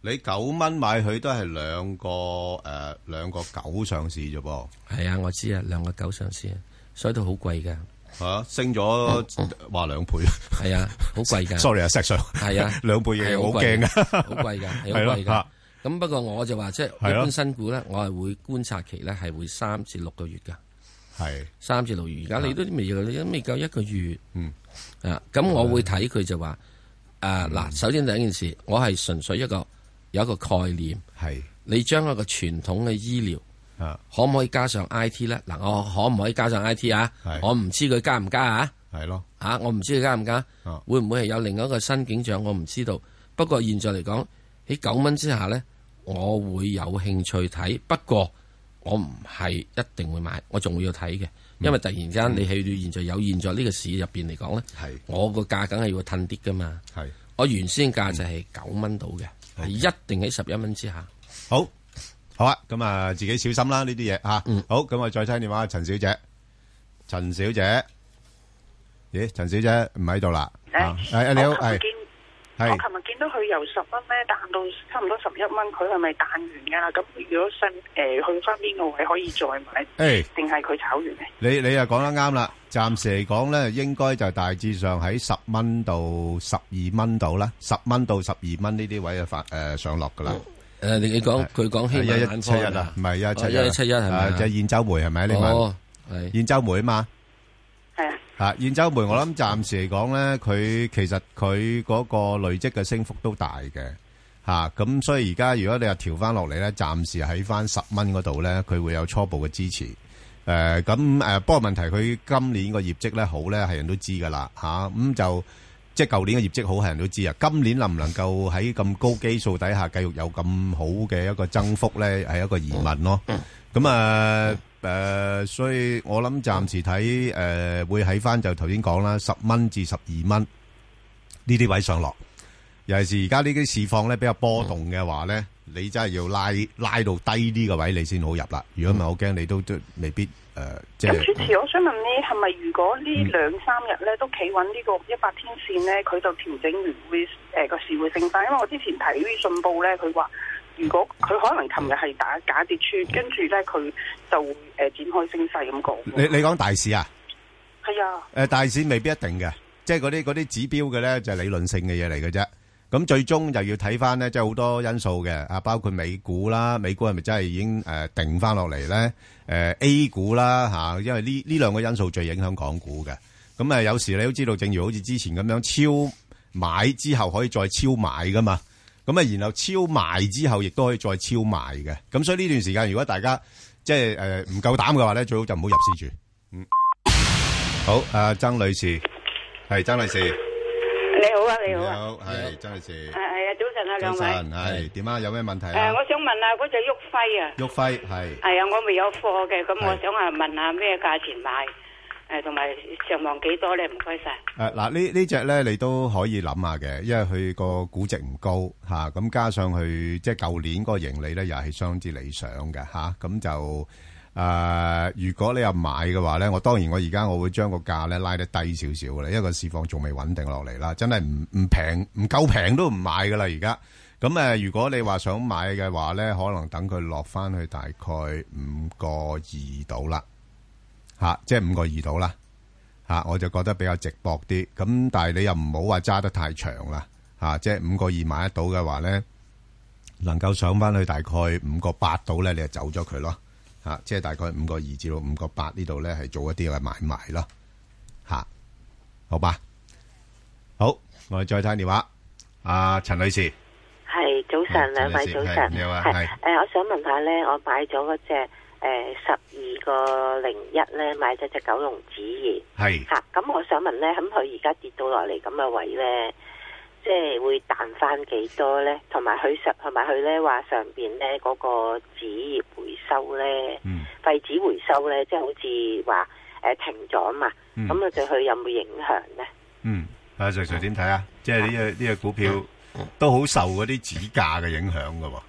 S3: 你九蚊買佢都係兩個誒兩個九上市啫噃，
S4: 系啊，我知啊，兩個九上市，啊，所以都好貴噶。
S3: 嚇升咗話兩倍。
S4: 係 啊，好貴㗎。
S3: Sorry 啊，石 Sir，
S4: 係啊
S3: 兩倍嘢
S4: 係
S3: 我
S4: 好
S3: 好
S4: 貴
S3: 驚
S4: 㗎
S3: 啊。
S4: 好貴㗎，係
S3: 係
S4: 好
S3: 咯
S4: 貴㗎。
S3: 嚇
S4: 咁不過我就話即係
S3: 係
S4: 一
S3: 咯
S4: 般新股咧，我係會觀察期咧係會三至六個月㗎，
S3: 係
S4: 三至六月。而家你都未你都未夠一個月。
S3: 啊嗯。
S4: 啊，咁我會睇佢就話，啊
S3: 嗯
S4: 嗱，首先第一件事，我係純粹一個有一個概念，
S3: 係
S4: 你將一個傳統嘅醫療。
S3: 啊，
S4: 可唔可以加上 I T 咧？嗱，我可唔可以加上 I T 啊
S3: 係？
S4: 我唔知佢加唔加啊？
S3: 係咯，
S4: 啊，我唔知佢加唔加
S3: 啊，
S4: 會唔會係有另外一個新景象？我唔知道。不過現在嚟講，喺九蚊之下呢，我會有興趣睇。不過我唔係一定會買，我仲會要睇嘅，
S3: 嗯
S4: 因為突然間你去到現在有現在呢個市入邊嚟講呢，
S3: 係
S4: 我個價梗係要褪啲噶嘛。
S3: 係。
S4: 我原先價就係九蚊到嘅，係一定喺十一蚊之下。
S3: 好，好啊，咁啊，自己小心啦呢啲嘢吓。好，咁我再聽電話，陳小姐，陳小姐，咦，陳小姐唔喺度啦。啊係你好，係
S5: 我
S3: 係
S5: 琴日見到佢由十蚊咧彈到差唔多十一蚊，佢係咪彈完㗎？咁如果新誒、去翻邊個位可以再買，
S3: 誒。
S5: 定係佢炒完咧？
S3: 你你又講得啱啦，暫時嚟講咧，應該就大致上喺十蚊到十二蚊度啦，十蚊到十二蚊呢啲位啊發誒上落噶啦，
S4: 誒，你你講佢講希
S3: 一
S4: 望
S3: 一七一啊，唔係一七一，
S4: 一七一係咪
S3: 啊
S4: 啊
S3: 即係燕州梅係咪？你問
S4: 哦，係。
S3: 燕州梅啊嘛。
S5: 係啊，
S3: 啊，現週盤我諗暫時嚟講咧，佢其實佢嗰個累積嘅升幅都大嘅，嚇、咁所以而家如果你話調翻落嚟咧，暫時喺翻十蚊嗰度咧，佢會有初步嘅支持。誒咁誒，不過問題佢今年個業績咧好咧，係人都知噶啦嚇，咁、就即係舊年嘅業績好係人都知啊，今年能唔能夠喺咁高基數底下繼續有咁好嘅一個增幅咧，係一個疑問咯。咁啊誒，所以我諗暫時睇誒、呃、會喺翻就頭先講啦，十蚊至十二蚊呢啲位上落。尤其是而家呢啲市況咧比較波動嘅話咧，你真係要拉拉到低啲嘅位你先好入啦。如果唔係，我驚你都都未必誒、呃即
S5: 咁
S3: 係嗯
S5: 主持，我想問呢，係咪如果呢兩三日咧都企穩呢個一百天線咧，佢就調整完會誒個、市會升翻？因為我之前睇信報咧，佢話如果佢可能琴日係打假跌穿，跟住咧佢就誒、呃展開升勢咁講。
S3: 你你講大市啊？
S5: 係啊，
S3: 诶、呃大市未必一定嘅，即係嗰啲嗰啲指標嘅咧，就係理論性嘅嘢嚟嘅啫。咁最終就要睇翻咧，即係好多因素嘅，啊，包括美股啦，美股係咪真係已經诶、呃定翻落嚟咧？诶、A 股啦吓、因為呢呢两个因素最影響港股嘅。咁啊，有時你都知道，正如好似之前咁樣超買之後可以再超買噶嘛。咁啊，然後超賣之後，亦都可以再超賣嘅。咁所以呢段時間，如果大家即係誒唔夠膽嘅話咧，最好就唔好入市住。好，阿曾女士，系曾女士，
S10: 你好啊，你好啊，
S3: 好，系曾女士
S10: 系，啊，早晨啊，兩
S3: 早
S10: 位。
S3: 晨，系點啊？有咩問題
S10: 诶，
S3: 啊？
S10: 我想問下嗰只旭輝啊，
S3: 旭輝係
S10: 係啊，我未有貨嘅，咁我
S3: 係
S10: 想啊問下咩價錢買？诶，同埋上望幾多咧？唔該晒。
S3: 诶嗱，呢呢只咧你都可以諗下嘅，因為佢個估值唔高吓，咁、加上佢即係舊年嗰個盈利咧又係相當之理想嘅吓，咁、就诶、呃如果你又買嘅話咧，我當然我而家我會將個價咧拉得低少少嘅啦，因為個市況仲未穩定落嚟啦，真係唔唔平唔夠平都唔買噶啦而家。咁誒、呃如果你話想買嘅話咧，可能等佢落翻去大概五個二度啦，嚇、即係五個二度啦。吓、我就覺得比較直薄啲。咁但係你又唔好話揸得太長啦，吓、即係五個二買得到嘅話咧，能夠上翻去大概五個八到咧，你就走咗佢咯，吓、即係大概五個二至到五個八呢度咧係做一啲嘅買賣咯，吓、好吧，好，我哋再睇電話，阿、陳女士，
S11: 系早晨，兩位早晨，
S3: 你好啊，
S11: 係
S3: 係
S11: 诶，我想問下咧，我買咗嗰只诶十二個零一咧，買咗只九龍紙業
S3: 係
S11: 吓，咁、我想問咧，咁佢而家跌到落嚟咁嘅位咧，即係會彈翻幾多咧？同埋佢上，同埋佢咧話上边咧嗰個紙業回收咧，
S3: 嗯
S11: 廢紙回收咧，即係好似話诶停咗嘛，
S3: 嗯
S11: 咁啊、對佢有冇影響咧？
S3: 嗯，阿 Sir Sir 點睇啊？即係呢只呢只股票都好受嗰啲指價嘅影響噶喎。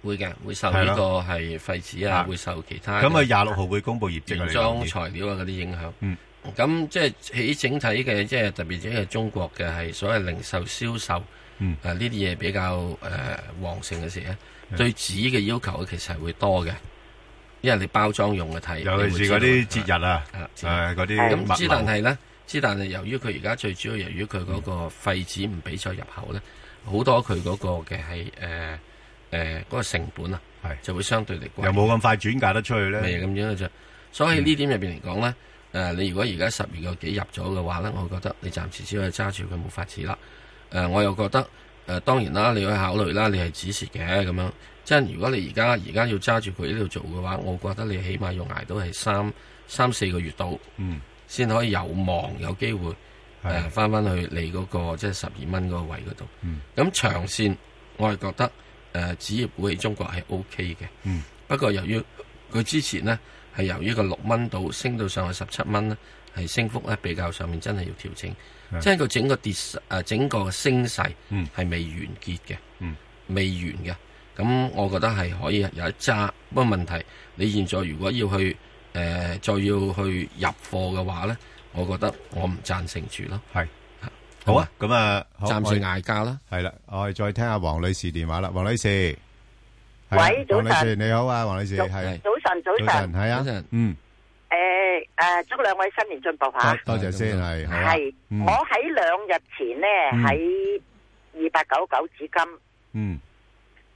S4: 會嘅，會受
S3: 係
S4: 呢
S3: 咯
S4: 個係廢紙啊，會受其他嘅
S3: 咁啊，廿六號會公布業績嘅，
S4: 原
S3: 你留
S4: 裝
S3: 意
S4: 材料啊嗰啲影響。
S3: 嗯
S4: 咁即係喺整體嘅，即係特別即係中國嘅係所謂零售銷售，
S3: 嗯
S4: 誒呢啲嘢比較誒、呃旺盛嘅時咧，
S3: 嗯
S4: 對紙嘅要求其實係會多嘅，因為你包裝用嘅睇，
S3: 尤其是嗰啲節日啊，誒嗰啲物
S4: 咁之但
S3: 流
S4: 係咧，之但係由於佢而家最主要由於佢嗰個廢紙唔俾再入口咧，好多佢嗰個嘅係誒誒嗰個成本啊，就會相對嚟貴。
S3: 又冇咁快轉嫁得出去咧。
S4: 係咁樣嘅啫。所以呢點入邊嚟講咧，誒、你如果而家十二個幾入咗嘅話咧，我覺得你暫時只可以揸住佢冇法子啦。誒、我又覺得誒、當然啦，你要考慮啦，你係指蝕嘅咁樣。即係如果你而家而家要揸住佢呢度做嘅話，我覺得你起碼要捱到係三三四個月度，
S3: 嗯，
S4: 先可以有望有機會誒
S12: 係
S4: 翻翻去你嗰、個即係十二蚊嗰個位嗰度。
S12: 嗯
S4: 咁長線我係覺得誒、呃、紙業股喺中國係 O K 嘅。
S12: 嗯
S4: 不過由於佢之前呢，係由於個六蚊度升到上去十七蚊呢，係升幅咧比較上面真係要調整，
S12: 係
S4: 即係佢整個跌勢啊整個升勢
S12: 嗯
S4: 係未完結嘅，
S12: 嗯
S4: 未完嘅。咁我覺得係可以有一揸，不過問題你現在如果要去誒、呃再要去入貨嘅話咧，我覺得我唔贊成住咯。
S3: 係好啊，咁啊，好
S4: 暫時
S3: 我哋
S4: 嗌價啦。
S3: 係啦，我哋再聽下黃女士電話啦，黃女士，係啊
S13: 喂早晨
S3: 黃女士你好啊，黃女士，
S13: 早
S3: 係
S13: 早晨早晨
S3: 係
S13: 早
S3: 啊
S13: 晨，
S3: 嗯，
S13: 诶诶，祝兩位新年進步吓
S3: 多。多謝先係，好啊
S13: 係，
S3: 嗯
S13: 我喺兩日前呢，
S3: 嗯
S13: 喺二八九九紫金
S3: 嗯，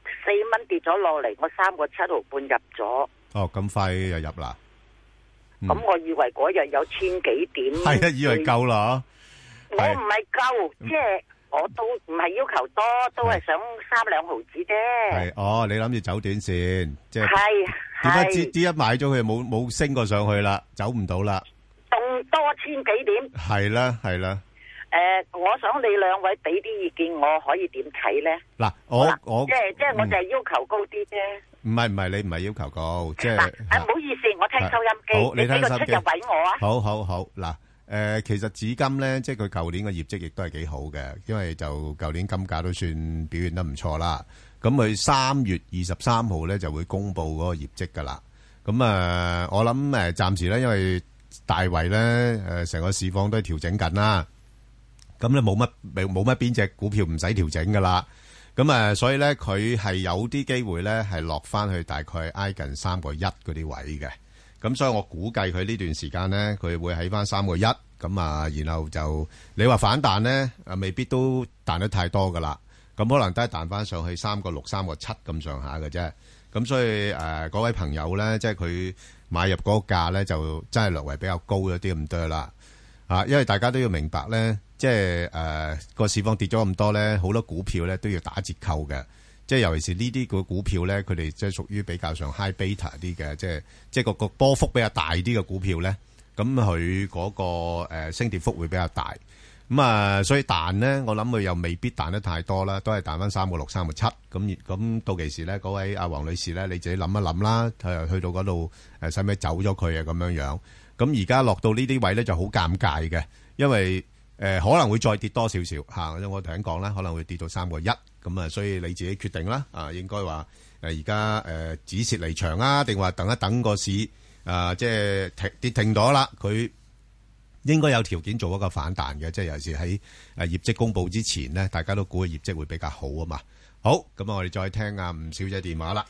S13: 四蚊跌咗落嚟，我三個七毫半入咗，
S3: 哦，咁快又入啦，嗯
S13: 咁我以為嗰日有千幾點。
S3: 係啊，以
S13: Ừ.
S3: 為夠啦，
S13: 我唔係夠，即係我都唔係要求多，都係想三兩毫子啫。
S3: 係，哦，你諗住走短線，即係
S13: 係
S3: 點解知
S13: 係，
S3: 知一買咗佢冇冇升過上去啦，走唔到啦，
S13: 仲多千幾點？
S3: 係啦係啦，
S13: 诶、我想你兩位俾啲意見，我可以點睇咧？
S3: 嗱，我我
S13: 即係即係，我
S3: 嗯
S13: 就係要求高啲啫。
S3: 唔係唔係，你唔係要求高，即
S13: 嗱
S3: 係。，
S13: 啊唔好意思，我聽
S3: À.
S13: 收音
S3: 好，
S13: 機，你俾
S3: 聽
S13: 個
S3: 收
S13: 出
S3: 機
S13: 入位我啊。
S3: 好好好，嗱，诶，其實紫金咧，即係佢舊年嘅業績亦都係幾好嘅，因為就舊年金價都算表現得唔錯啦。咁佢三月二十三號咧就會公布嗰個業績噶啦。咁啊、呃我諗诶，呃暫時咧，因為大圍咧诶，成、個市況都係調整緊啦。咁咧冇乜冇乜邊只股票唔使調整噶啦。咁啊，所以咧佢係有啲機會咧係落翻去大概挨近三個一嗰啲位嘅。咁所以我估計佢呢段時間咧，佢會喺翻三個一咁啊，然後就你話反彈咧，啊未必都彈得太多噶啦。咁可能都係彈翻上去三個六、三個七咁上下嘅啫。咁所以誒，呃嗰、位朋友咧，即係佢買入嗰個價咧，就真係略為比較高咗啲咁多啦。啊，因為大家都要明白咧，即係誒個市況跌咗咁多咧，好多股票咧都要打折扣嘅。即係尤其是呢啲個股票咧，佢哋即係屬於比較上 high beta 啲嘅，即係即係個個波幅比較大啲嘅股票咧，咁佢嗰個、呃、升跌幅會比較大。咁啊，所以彈咧，我諗佢又未必彈得太多啦，都係彈翻三個六、三個七。咁咁到期時咧，嗰位阿黃女士咧，你自己諗一諗啦，佢去到嗰度誒使唔使走咗佢啊咁樣樣。咁而家落到呢啲位咧就好尷尬嘅，因為誒、呃可能會再跌多少少嚇，因為我頭先講啦，可能會跌到三個一咁啊，所以你自己決定啦啊，應該話呃誒而家誒止蝕離場啊，定話等一等個市啊，即係停跌停咗啦，佢。應該有條件做一個反彈嘅，即係尤其是喺誒業績公佈之前呢，大家都估個業績會比較好啊嘛。好，咁啊，我哋再聽阿吳小姐電話啦。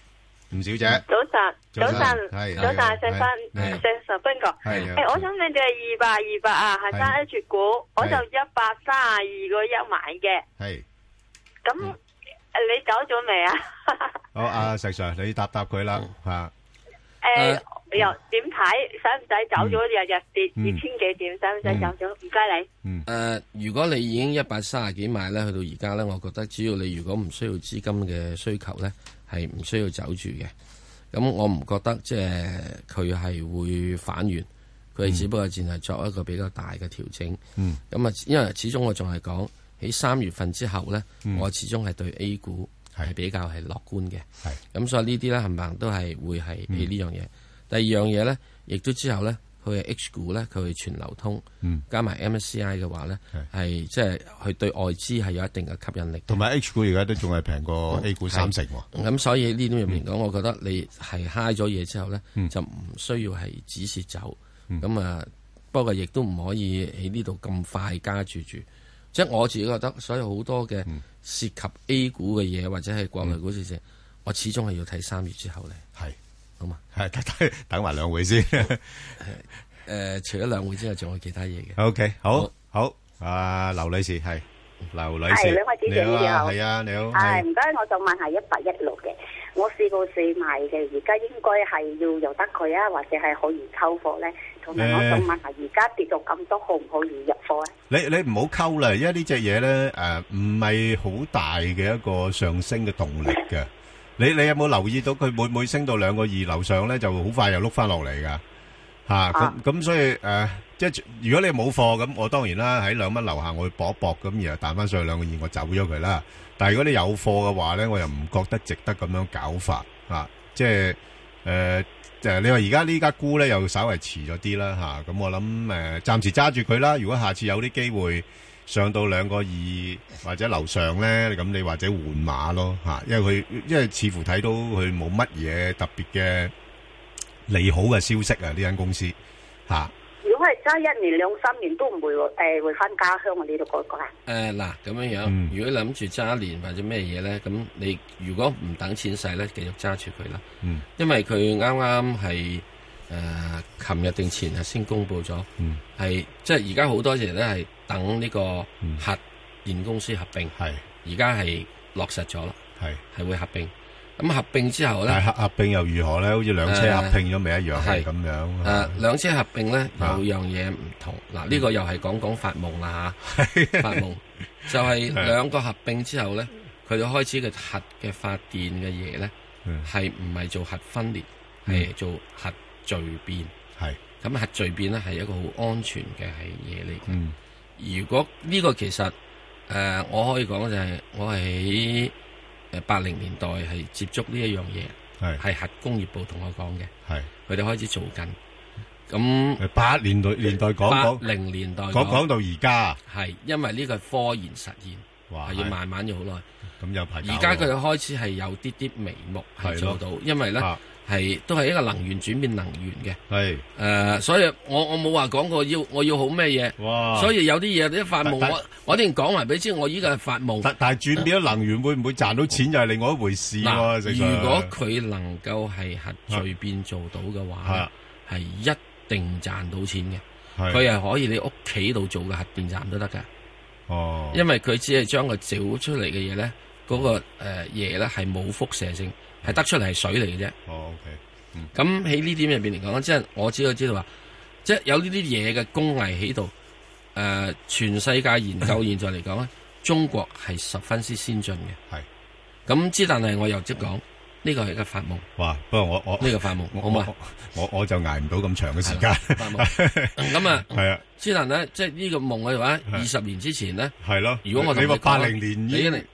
S3: 吳小姐，
S12: 早晨，
S3: 早
S12: 早
S3: 晨
S12: 晨，
S3: 係
S12: 早晨，石
S3: 係係
S12: 斌，石石斌哥，
S3: 係
S12: 誒，我想問你係二百二百啊，係三 H 股，我就一百三十二個一買嘅，
S3: 係
S12: 咁
S3: 嗯
S12: 你走咗未 啊？
S3: 好，阿石 Sir，你答答佢啦嚇。呃
S12: 誒，又點睇？使唔使走咗？日日跌
S4: 嗯
S12: 二千幾點，使唔
S3: 嗯
S12: 使走咗？唔該你。
S4: 誒、如果你已經一百三十幾買咧，去到而家咧，我覺得只要你如果唔需要資金嘅需求咧，係唔需要走住嘅。咁我唔覺得即係佢係會反完，佢
S3: 嗯
S4: 係只不過淨係作一個比較大嘅調整。
S14: 嗯
S4: 咁啊，因為始終我仲係講喺三月份之後咧，
S14: 嗯
S4: 我始終係對 A 股係比較係樂觀嘅。
S3: 係嗯
S4: 咁，所以呢啲咧冚唪唥都係會係起呢樣嘢。第二樣嘢咧，亦都之後咧，佢係 H 股咧，佢係全流通，
S3: 嗯
S4: 加埋 MSCI 嘅話咧，係即係佢對外資係有一定嘅吸引力。
S3: 同埋 H 股而家都仲係平過
S4: 嗯
S3: A 股三成喎。
S4: 咁所以呢啲入
S3: 嗯
S4: 面講，我覺得你係嗨咗嘢之後咧，就唔需要係止蝕走。
S3: 嗯
S4: 咁啊，不過亦都唔可以喺呢度咁快加住住。即係我自己覺得，所以好多嘅
S3: 嗯
S4: 涉及 A 股嘅嘢或者係國內股市嘅嘢，我始終係要睇三月之後咧。
S3: 係
S4: 好嘛？
S3: 係等 等等埋兩會先。
S4: 誒，除咗兩會之外，仲有其他嘢嘅。
S3: OK，好好，阿劉女士係劉女士，
S15: 係兩位主持人
S3: 你好啊，
S15: 你好
S3: 係啊，你好，
S15: 係
S3: 係
S15: 唔該，我就問下一八一六嘅，我試過試買嘅，而家應該係要由得佢啊，或者係可以溝貨咧。同埋我想問下，而家跌到咁多，可唔可以入貨咧？
S3: 你你唔好溝啦，因為呢只嘢咧誒唔係好大嘅一個上升嘅動力嘅。你你有冇留意到佢每每升到兩個二樓上咧，就好快又碌翻落嚟噶嚇？咁咁、所以誒、呃即係如果你冇貨咁，我當然啦喺兩蚊樓下我去搏一搏，咁然後彈翻上去兩個二，我走咗佢啦。但係如果你有貨嘅話咧，我又唔覺得值得咁樣搞法嚇、啊即係。誒、誒，你話而家呢家沽咧又稍為遲咗啲啦嚇，咁、我諗誒、暫時揸住佢啦。如果下次有啲機會上到兩個二或者樓上咧，咁你或者換馬咯嚇、因為佢因為似乎睇到佢冇乜嘢特別嘅利好嘅消息啊，呢間公司嚇。
S15: 如果係揸一年兩三年都唔會誒回翻家鄉啊，呢度嗰個啊。
S5: à.
S4: 誒呃嗱咁樣樣，如果諗住揸一年或者咩嘢咧，咁你如果唔等錢使咧，繼續揸住佢啦。
S3: 嗯，
S4: 因為佢啱啱係誒琴日定前日先公布咗，
S3: 嗯，
S4: 係即係而家好多嘢咧係等呢個核電公司合併，
S3: 係
S4: 而家係落實咗啦，
S3: 係
S4: 係會合併。咁合併之後咧，
S3: 但係合合併又如何咧？好似兩車合併咗咪一樣係
S4: 係
S3: 咁樣。
S4: 誒呃兩車合併咧有
S3: 啊
S4: 樣嘢唔同，嗱呢個又係講講發夢啦嚇，發夢就係
S14: 係
S4: 兩個合併之後咧，佢哋開始嘅核嘅發電嘅嘢咧
S14: 嗯
S4: 係唔係做核分裂，
S14: 嗯
S4: 係做核聚變。
S3: 係
S4: 咁核聚變咧係一個好安全嘅係嘢嚟嘅。
S3: 嗯
S4: 如果呢個其實誒、呃我可以講就係我喺誒八零年代係接觸呢一樣嘢，係核工業部同我講嘅，
S3: 係
S4: 佢哋開始做緊。咁
S3: 八年代年代講
S4: 八
S3: 講
S4: 零年代
S3: 講講到而家，
S4: 係因為呢個係科研實驗，係要
S3: 啊係
S4: 慢慢要好耐。
S3: 咁有排搞
S4: 而家佢
S3: 喎
S4: 哋開始係有啲啲眉目係
S3: 係
S4: 做
S3: 咯
S4: 到，因為咧
S3: 啊
S4: 係都係一個能源轉變能源嘅。
S3: 係
S4: 誒，所以我我冇話講過要我要好咩嘢，
S3: 哇
S4: 所以有啲嘢一發夢，
S3: 啊但
S4: 我我一定講埋俾你知，我依個係發夢。
S3: 但但係轉變咗能源會唔會賺到錢又係另外一回事
S4: 嗱
S3: 喎。石 Sir
S4: 如果佢能夠係核聚變做到嘅話，係一定賺到錢嘅。
S3: 啊係
S4: 佢係可以你屋企度做嘅核電站都得㗎。
S3: 哦，
S4: 因為佢只係將佢照出嚟嘅嘢咧，嗰、個誒嘢咧係冇輻射性，係得出嚟係水嚟嘅啫。
S3: 哦，OK，
S4: 咁喺呢點入邊嚟講，即係我只係知道話，即係有呢啲嘢嘅工藝喺度。誒、全世界研究現在嚟講咧，中國係十分之先進嘅。
S3: 係
S4: 咁之，但係我又即講呢個係一個發夢。
S3: 哇！不過我我
S4: 呢個發夢好 嘛？
S3: 我我就捱唔到咁長嘅時間。
S4: 發夢咁啊，
S3: 係啊，
S4: 之但咧，即係呢個夢嘅話，二十年之前咧，
S3: 係咯
S4: 如果我同
S3: 你話
S4: 講
S3: 80年已
S4: 你
S3: 經
S4: 一定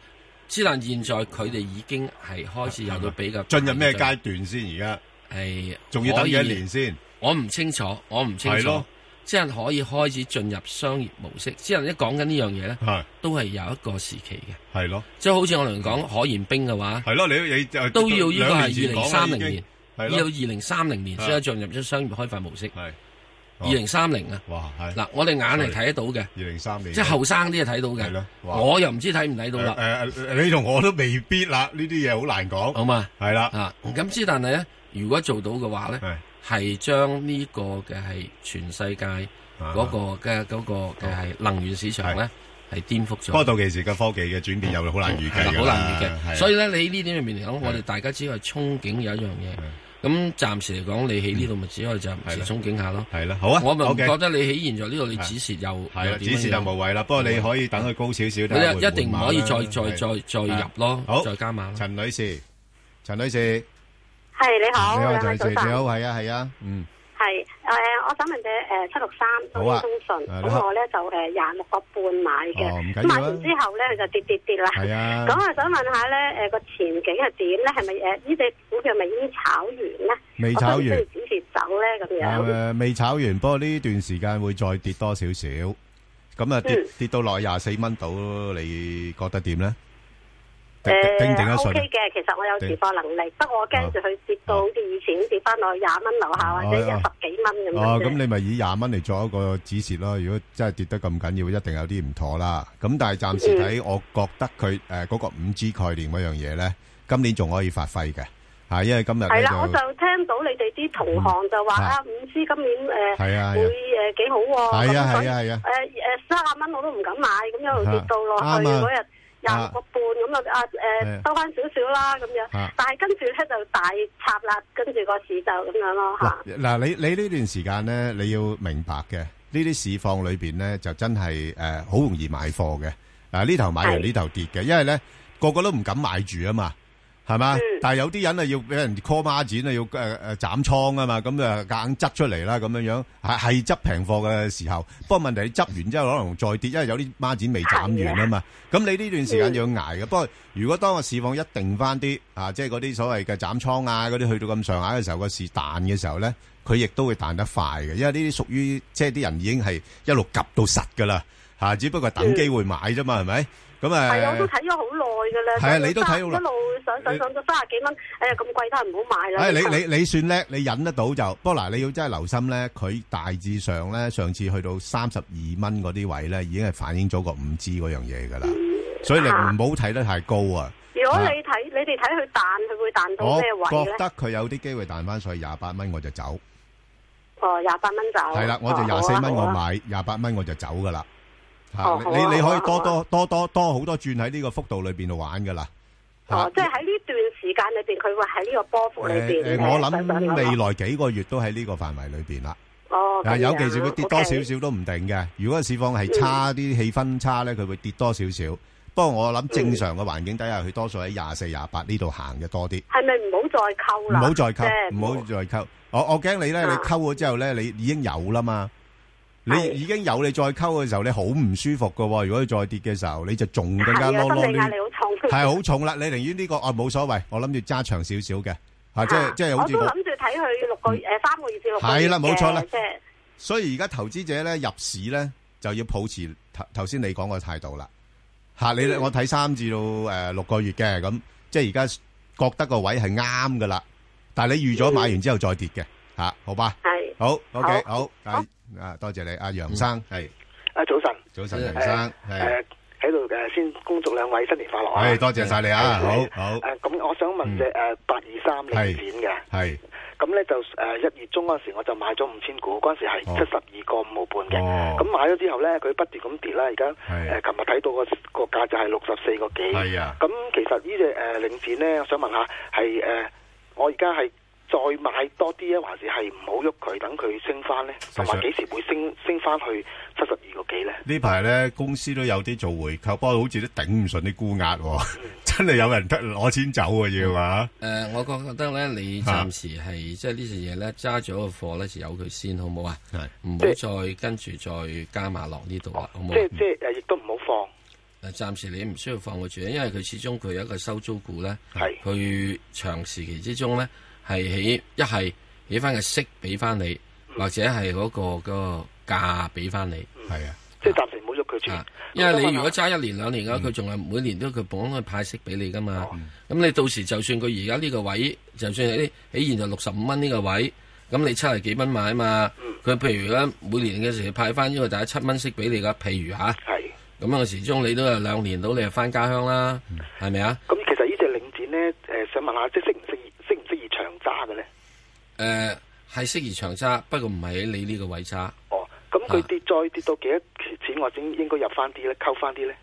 S4: 之但現在佢哋已經係開始有到比較
S3: 啊進入咩階段先？而家
S4: 係
S3: 仲要等幾多年先？
S4: 我唔清楚，我唔清
S3: 係
S4: 楚
S3: 咯。
S4: 之但可以開始進入商業模式。之但一講緊呢樣嘢咧
S3: 係，
S4: 都係有一個時期嘅，
S3: 係咯，
S4: 即係好似我哋講可燃冰嘅話，
S3: 嗯係咯，你你就
S4: 都要呢個係
S3: 兩
S4: 二
S3: 年前
S4: 零
S3: 講
S4: 三
S3: 啦
S4: 零
S3: 已經
S4: 年，要
S3: 係
S4: 到
S3: 咯啊
S4: 二零三零年
S3: 係
S4: 先可以進入咗商業開發模式。
S3: 係
S4: 二零三零啊！
S3: 哇，哦係
S4: 嗱，我哋眼係睇得到嘅，
S3: 二零三
S4: 即
S3: 年，
S4: 係後生啲係睇到
S3: 係
S4: 嘅
S3: 咯，哇
S4: 我又唔知睇唔睇到啦。
S3: 誒誒，你同我都未必啦，呢啲嘢好難講。
S4: 好嘛，
S3: 係啦，
S4: 啊，咁之但係咧，如果做到嘅話咧，係將呢個嘅係全世界
S3: 啊
S4: 嗰個嘅嗰個嘅係能源市場咧係顛覆
S3: 不
S4: 咗。
S3: 過到期時嘅科技嘅轉變又好難預
S4: 係
S3: 計
S4: 啦
S3: 㗎
S4: 好
S3: 啦
S4: 難預
S3: 係啊
S4: 計。所以咧，你呢點入面嚟講，我哋大家只係憧憬有一樣嘢。咁暫時嚟講，你喺呢度咪只可以暫時憧憬下咯。
S3: 係啦，好啊
S4: 我咪唔
S3: 嗯 OK
S4: 覺得你喺現在呢度你指示又
S3: 係
S4: 又點
S3: 啦，
S4: 樣
S3: 指示就
S4: 樣
S3: 無謂啦。不過你可以等佢高少少，睇下
S4: 你
S3: 會
S4: 一定唔可以
S3: 會慢
S4: 再
S3: 啦
S4: 再再
S3: 係
S4: 再入咯，
S3: 好
S4: 再加碼咯。
S3: 陳女士，陳女士，
S14: 系你好，
S3: 嗯你
S14: 兩
S3: 好，陳
S14: 位
S3: 女
S14: 早
S3: 士，
S14: 晨，
S3: 你好，係啊，係啊，嗯，
S14: 係，系诶，我想問你诶七六三
S3: 好啊
S14: 中信，
S3: 啊
S14: 咁我咧就诶廿六個半買
S3: 哦唔
S14: 嘅，
S3: 緊要
S14: 咁
S3: 啊
S14: 買完之後咧就跌跌跌啦。
S3: 係啊
S14: 咁我想問下咧，诶個前景係點咧？係咪诶呢只股票係咪已經炒完咧？
S3: 未炒完啊
S14: 我需唔需要幾時走咧？咁樣
S3: 誒未炒完，不過呢段時間會再跌多少少，咁啊跌
S14: 嗯
S3: 跌到落廿四蚊到，你覺得點咧？定
S14: 誒
S3: 定定得
S14: O
S3: 順
S14: K
S3: 啊？
S14: 嘅，其實我有持貨能力，不過我驚住佢跌到好似以前跌翻落去廿蚊樓下或者
S3: 哦
S14: 十幾蚊咁
S3: 哦，
S14: 樣
S3: 咁
S14: 啫。
S3: 你咪以廿蚊嚟做一個指示咯。如果真係跌得咁緊要，一定有啲唔妥啦。咁但係暫時睇，我覺得佢誒嗰個五 G 概念嗰樣嘢咧，今年仲可以發揮嘅嚇，因為今日
S14: 係
S3: 咧
S14: 啦，我
S3: 就
S14: 就聽到你哋啲同行就話
S3: 嗯
S14: 啊，五 G 今年誒
S3: 係啊係啊
S14: 會誒幾好喎，
S3: 係啊
S14: 咁所以
S3: 係啊係啊
S14: 誒誒三十蚊我都唔敢買，咁一路跌到落
S3: 啊
S14: 去
S3: 啱啊
S14: 嗰日廿六個半咁啊
S3: 係
S14: 誒收翻少少啦咁樣
S3: 啊，
S14: 但係跟住咧就大插啦，跟住個市就咁樣咯嚇。
S3: 嗱，你你呢段時間咧，你要明白嘅，呢啲市況裏邊咧，就真係誒好容易買貨嘅。嗱，呢頭買完呢頭跌嘅，因為咧個個都唔敢買住啊嘛，係
S14: 嗯
S3: 嘛？但係有啲人啊要俾人 call 孖展啊，要誒誒斬倉啊嘛，咁啊夾硬執出嚟啦，咁樣樣係係執平貨嘅時候。不過問題你執完之後可能再跌，因為有啲孖展未斬完啊嘛。咁你呢段時
S14: 嗯
S3: 間要捱嘅。不過如果當個市況一定翻啲啊，即係嗰啲所謂嘅斬倉啊，嗰啲去到咁上下嘅時候，個市彈嘅時候咧，佢亦都會彈得快嘅，因為呢啲屬於即係啲人已經係一路及到實㗎啦嚇，只不過等機會買啫嘛，係咪？咁
S14: 嗯
S3: 呃
S14: 係啊，我都
S3: 誒。
S14: 睇咗好耐㗎
S3: 係
S14: 啦。
S3: 啊你都睇好耐
S14: 一路上上上到三十幾蚊，哎呀咁貴都係唔好買啦。
S3: 唉，哎你你你算叻，你忍得到就。不過嗱，你要真係留心咧，佢大致上咧，上次去到三十二蚊嗰啲位咧，已經係反映咗個五 G 嗰樣嘢㗎啦。所以你唔好睇得太高啊。
S14: 如果
S3: 啊
S14: 你睇你哋睇佢彈，佢會彈到
S3: 我
S14: 咩位
S3: 覺
S14: 咧？
S3: 得佢有啲機會彈翻上去廿八蚊，我就走。
S14: 哦，廿八蚊走。
S3: 係啦，我就
S14: 哦
S3: 廿四蚊
S14: 好啊
S3: 我
S14: 好啊
S3: 買，廿八蚊我就走噶啦。嚇
S14: 哦好啊
S3: 你你你
S14: 好
S3: 可
S14: 啊
S3: 以多多多多多好多轉喺呢個幅度裏邊度玩噶啦。
S14: 哦，即係喺呢段時間裏邊，佢會喺呢個波幅裏邊。
S3: 誒誒我諗未來幾個月都喺呢個範圍裏邊啦。
S14: 哦，
S3: 啊，
S14: 咁
S3: 尤
S14: 樣
S3: 其是會跌多少
S14: OK
S3: 少都唔定嘅。如果市況係差啲氣氛差咧，佢會跌多少少。不過我諗正常嘅環境底下，佢多數喺廿四、廿八呢度行嘅多啲。
S14: 係咪唔好再溝
S3: 唔
S14: 啦？
S3: 好再
S14: 即係啊
S3: 溝，唔好再溝。我我驚你咧，你溝咗之後咧，你已經有啦嘛。你已經有你再溝嘅時候，你好唔舒服嘅喎。如果佢再跌嘅時候，你就仲更加
S14: 係
S3: 囉
S14: 啊心
S3: 囉
S14: 理壓力好重
S3: 攣，係好重啦。你寧願呢個啊冇所謂，我諗住揸長少少嘅，嚇即係即係好
S14: 啊我
S3: 似
S14: 都
S3: 我
S14: 諗住睇佢六個月誒三個月至六個月
S3: 係啦冇錯啦
S14: 嘅即係
S3: 所以而家投資者咧入市咧就要抱持頭頭先你講個態度啦。
S16: 嗯
S3: 嚇你我睇三至到誒六個月嘅咁，即係而家覺得個位係啱嘅啦。但係你預咗買完之後再跌嘅嚇，好吧？
S16: 係
S3: 好 OK 好
S16: 嗯好
S3: 啊啊，多謝你阿楊生係
S16: 啊，早晨，
S3: 早晨楊生係。
S16: 誒喺度誒，先恭祝兩位新年快樂啊！
S3: 係多謝晒你啊好
S16: 係
S3: 好
S16: 誒，咁我想問只誒八二三領展嘅，
S3: 係
S16: 咁咧就誒一月中嗰陣時我就買咗五千股，嗰陣時係七十二個五毫半嘅，
S3: 哦
S16: 嗯咁買咗之後咧佢不斷咁跌啦，而家誒
S3: 係
S16: 琴日睇到個個價就係六十四個幾，
S3: 係啊
S16: 咁其實呢只誒領展咧，我想問下係誒我而家係。再買多啲啊，還是係唔好喐佢，等佢升翻咧？同埋幾時會升升翻去七十二個幾咧？
S3: 呢排咧公司都有啲做回購，不過好似都頂唔順啲沽壓喎，
S16: 嗯
S3: 真係有人得攞錢走啊要啊！
S4: 誒、呃我覺得咧，你
S16: 啊
S4: 暫時係即係呢隻嘢咧，揸咗個貨咧，就由佢先，好唔好啊？唔好再跟住再加碼落呢度啦，好唔好
S16: 即
S3: 嗯
S4: 啊？
S16: 係即係誒，亦都唔好
S4: 誒，暫時你唔需要放佢住，因為佢始終佢有一個收租股咧，佢長時期之中咧係起一係起翻個息俾翻你，
S16: 嗯
S4: 或者係嗰、個嗰、個價俾翻你。
S3: 係啊，
S16: 即係暫時唔好喐佢住。
S4: 啊因為你如果揸一年兩年嘅話，佢仲係每年都佢綁去派息俾你噶嘛。咁你到時就算佢而家呢個位，就算喺喺現在六十五蚊呢個位，咁你七十幾蚊買嘛，佢譬如咧每年嘅時派翻呢個大家七蚊息俾你噶，譬如吓，咁啊始終你都有兩年到你係翻家鄉啦，係咪啊？
S16: 咁其實呢隻領展咧，誒、想問下，即係適唔適宜適唔適宜長揸嘅咧？
S4: 誒係適宜長揸，不過唔係喺你呢個位揸。
S16: 哦咁
S3: 啊
S16: 佢跌再跌到幾多錢，我應應該入翻啲咧，溝翻啲咧？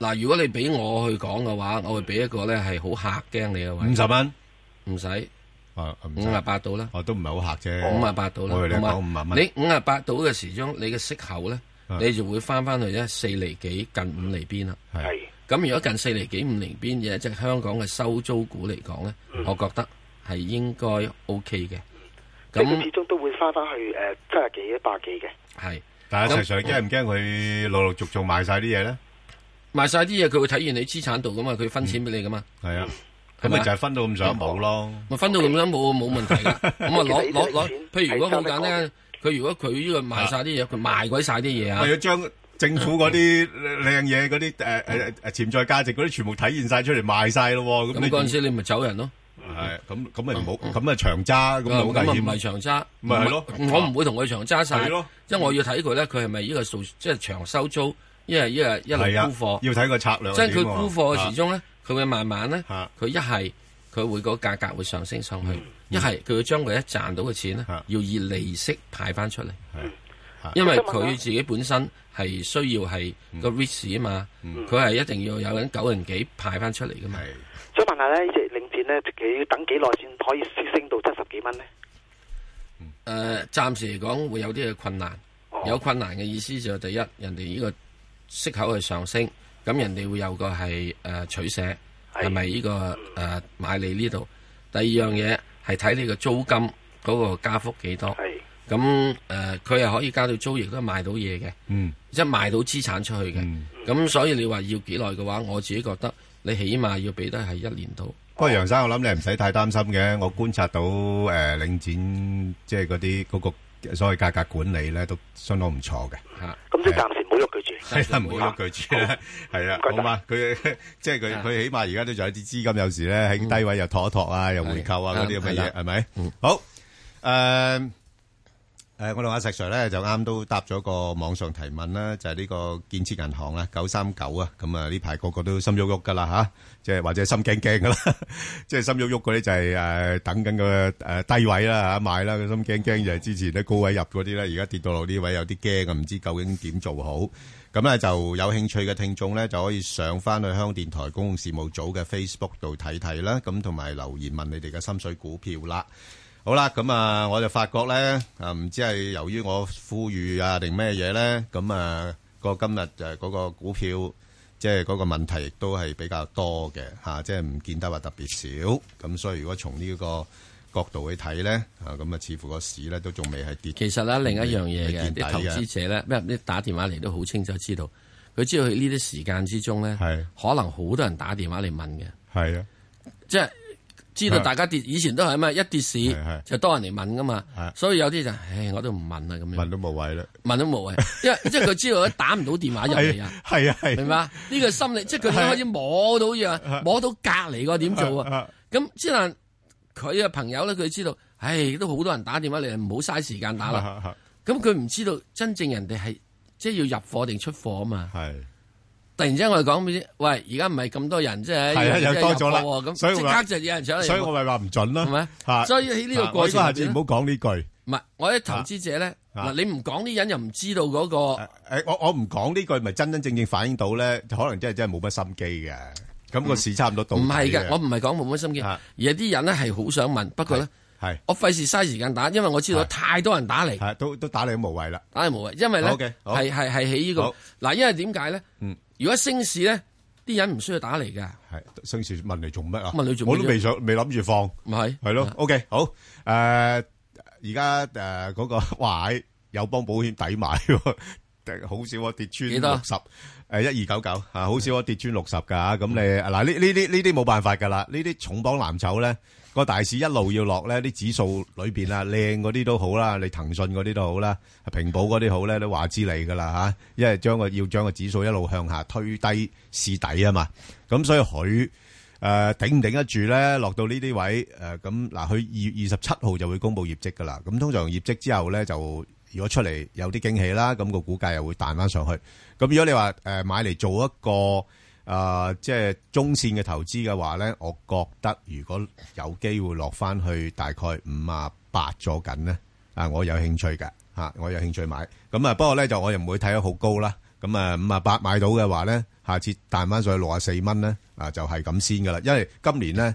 S4: 嗱，如果你俾我去講嘅話，我會俾一個咧係好嚇驚你嘅位，
S3: 五十蚊
S4: 唔使。
S3: 啊
S4: 五啊八度啦，
S3: 我都唔係好客啫，
S4: 五啊八度啦，
S3: 哦我哋兩講五
S4: 五
S3: 啊
S4: 啊
S3: 蚊，
S4: 你五啊八度嘅時鐘，你嘅息口咧，你就會翻翻去咧四厘幾近五厘邊啦。
S3: 係
S4: 咁如果近四厘幾五厘邊嘅一隻香港嘅收租股嚟講咧，我覺得係應該 OK 嘅。
S16: 即係佢
S4: 咁
S16: 始終都會翻翻去誒七啊幾、一百幾嘅。
S4: 係，
S3: 但係
S4: 咁
S3: 實上驚唔驚佢陸陸續續賣晒啲嘢咧？
S4: 賣晒啲嘢，佢會體現你資產度噶嘛，佢分錢俾你噶嘛。
S3: 係啊，咁咪
S4: 係咪
S3: 就係分到咁啊上冇咯。
S4: 咪分到咁樣冇冇問題噶。咁啊攞攞攞，譬如如果好簡單，佢如果佢呢個賣晒啲嘢，佢賣鬼晒啲嘢啊。
S3: 咪要將政府嗰啲呃靚嘢、嗰啲呃誒誒誒潛在價值嗰啲全部體現晒出嚟賣晒咯喎。
S4: 咁嗰陣時你咪走人咯。
S3: 係咁咁咪唔好，咁咪長嗯揸咁咪好危
S4: 啊
S3: 險。
S4: 唔係長揸，
S3: 咪係咯
S4: 我唔會同佢長揸晒
S3: 係咯，
S4: 因為我要睇佢咧，佢係咪呢個數即係長收租，一係一係一
S3: 係
S4: 路
S3: 啊
S4: 沽貨，
S3: 要睇個策略係
S4: 即係佢
S3: 點喎啊
S4: 沽貨嘅時鐘咧，佢會慢慢咧，佢一係佢會個價格會上升上
S3: 嗯
S4: 去，一係佢會將佢一賺到嘅錢咧，
S3: 啊
S4: 要以利息派翻出嚟，因為佢自己本身係需要係個
S3: 嗯
S4: risk 啊嘛，佢係一定要有緊九人幾派翻出嚟噶嘛。
S16: 想問下咧，呢隻領展咧，幾等幾耐先可以升到七十幾蚊咧？
S4: 誒、呃暫時嚟講會有啲嘅困難，有困難嘅意思就係第一，人哋呢個息口係上升，咁人哋會有個係誒、呃取捨，係咪呢個誒、買你呢度？第二樣嘢係睇你個租金嗰個加幅幾多，咁誒佢係可以加到租，亦都賣到嘢嘅，
S3: 嗯，
S4: 即係賣到資產出去嘅。咁、所以你話要幾耐嘅話，我自己覺得你起碼要俾得係一年到。
S3: 不過楊生，我諗你唔使太擔心嘅。我觀察到誒、呃、領展即係嗰啲嗰個所謂價格管理咧，都相當唔錯嘅。
S4: 嚇，
S16: 咁即係暫時唔好喐佢住。
S3: 係啦，唔好喐佢住啦。係啊，好嘛，佢即係佢佢起碼而家都仲有啲資金，有時咧喺低位又托一托啊，又回購啊嗰
S2: 係
S3: 啲咁嘅
S2: 係啦
S3: 嘢，係咪？好誒誒，我同阿石 Sir 咧就啱都答咗個網上提問啦，就係呢個建設銀行啦，九三九啊，咁啊呢排個個都心喐喐噶啦吓，即係或者心驚驚噶啦， 即係心喐喐嗰啲就係誒等緊個誒低位啦嚇買啦，個心驚驚就係之前咧高位入嗰啲啦，而家跌到落呢位有啲驚啊，唔知究竟點做好。咁咧就有興趣嘅聽眾咧就可以上翻去香港電台公共事務組嘅 Facebook 度睇睇啦，咁同埋留言問你哋嘅心水股票啦。好啦，咁啊，我就發覺咧，啊唔知係由於我呼籲啊定咩嘢咧，咁啊個今日誒嗰個股票，即係嗰個問題亦都係比較多嘅嚇、即係唔見得話特別少。咁所以如果從呢、個角度去睇咧，啊咁啊，似乎個市咧都仲未係跌。
S4: 其實啦，另一樣嘢
S3: 未
S4: 嘅
S3: 見底
S4: 啲投資者咧，咩啲打電話嚟都好清楚知道，佢知道佢呢啲時間之中咧，可能好多人打電話嚟問嘅，
S3: 係啊，
S4: 即係知道大家跌，以前都係咩一跌市就多人嚟問噶嘛，所以有啲就唉我都唔問啦咁樣，問
S3: 都冇謂啦，
S4: 問都冇 謂，因為即係佢知道打唔到電話入嚟啊，
S3: 係啊係，
S4: 明白？呢個心理即係佢已經開始摸到嘢，摸到隔離個點做啊，咁之但佢嘅朋友咧，佢知道，唉都好多人打電話嚟，唔好嘥時間打啦。咁佢唔知道真正人哋係即係要入貨定出貨啊嘛。
S3: 係。
S4: 突然之間我哋講俾你知，喂，而家唔係咁多人，即係
S3: 係啊又多咗啦
S4: 有人入貨喎咁
S3: 所以我
S4: 即
S3: 話
S4: 刻就有人上嚟。
S3: 所以我咪話唔準咯，係咪？
S4: 所以喺呢個
S3: 啊
S4: 過程
S3: 我下次
S4: 入邊
S3: 唔好講呢句。
S4: 唔係我啲投資者咧，
S3: 啊
S4: 嗱你唔講啲人又唔知道嗰個。
S3: 诶，我我唔講呢句，咪真真正正反映到咧，可能真係真係冇乜心機嘅。咁個市差唔多到底
S4: 唔係嘅，我唔
S3: 唔
S4: 係講冇乜心機，而係啲人咧係好想問，不過咧，我費事嘥時間打，因為我知道太多人打嚟，
S3: 都都打你都無謂啦，
S4: 打你無謂，因為咧
S3: OK，好
S4: 係係係喺呢
S3: 好
S4: 個嗱，因為點解咧？
S3: 嗯
S4: 如果升市咧，啲人唔需要打嚟㗎。
S3: 係，生事問嚟做乜啊？
S4: 問你做乜啫
S3: 我都未想未諗住放，
S4: 咪係
S3: 係咯
S4: 啊
S3: ？OK，好诶，而家诶嗰個 哇，友邦保險抵買喎。 好少我跌穿
S4: 幾多
S3: 六十，誒一二九九啊，好少我跌穿六十㗎，咁你嗱呢呢啲呢啲冇辦法㗎啦，呢啲重磅藍籌咧，個大市一路要落咧，啲指數裏 邊啊靚嗰啲都好啦，你騰訊嗰啲都好啦，平保嗰啲好咧，都話之你㗎啦嚇，因為將個要將個指數一路向下推低試底啊嘛，咁所以佢。誒、呃頂唔頂得住咧？落到呢啲位誒，呃咁、嗱，佢二月二十七號就會公布業績噶啦。咁通常業績之後咧，就如果出嚟有啲驚喜啦，咁、個股價又會彈翻上去。咁如果你話誒、呃買嚟做一個誒、呃即係中線嘅投資嘅話咧，我覺得如果有機會落翻去大概五啊八咗緊咧，啊，我有興趣嘅嚇、我有興趣買。咁啊，不過咧就我又唔會睇得好高啦。咁啊，五啊八買到嘅話咧，下次彈翻上去六啊四蚊咧，啊就係咁先噶啦。因為今年咧，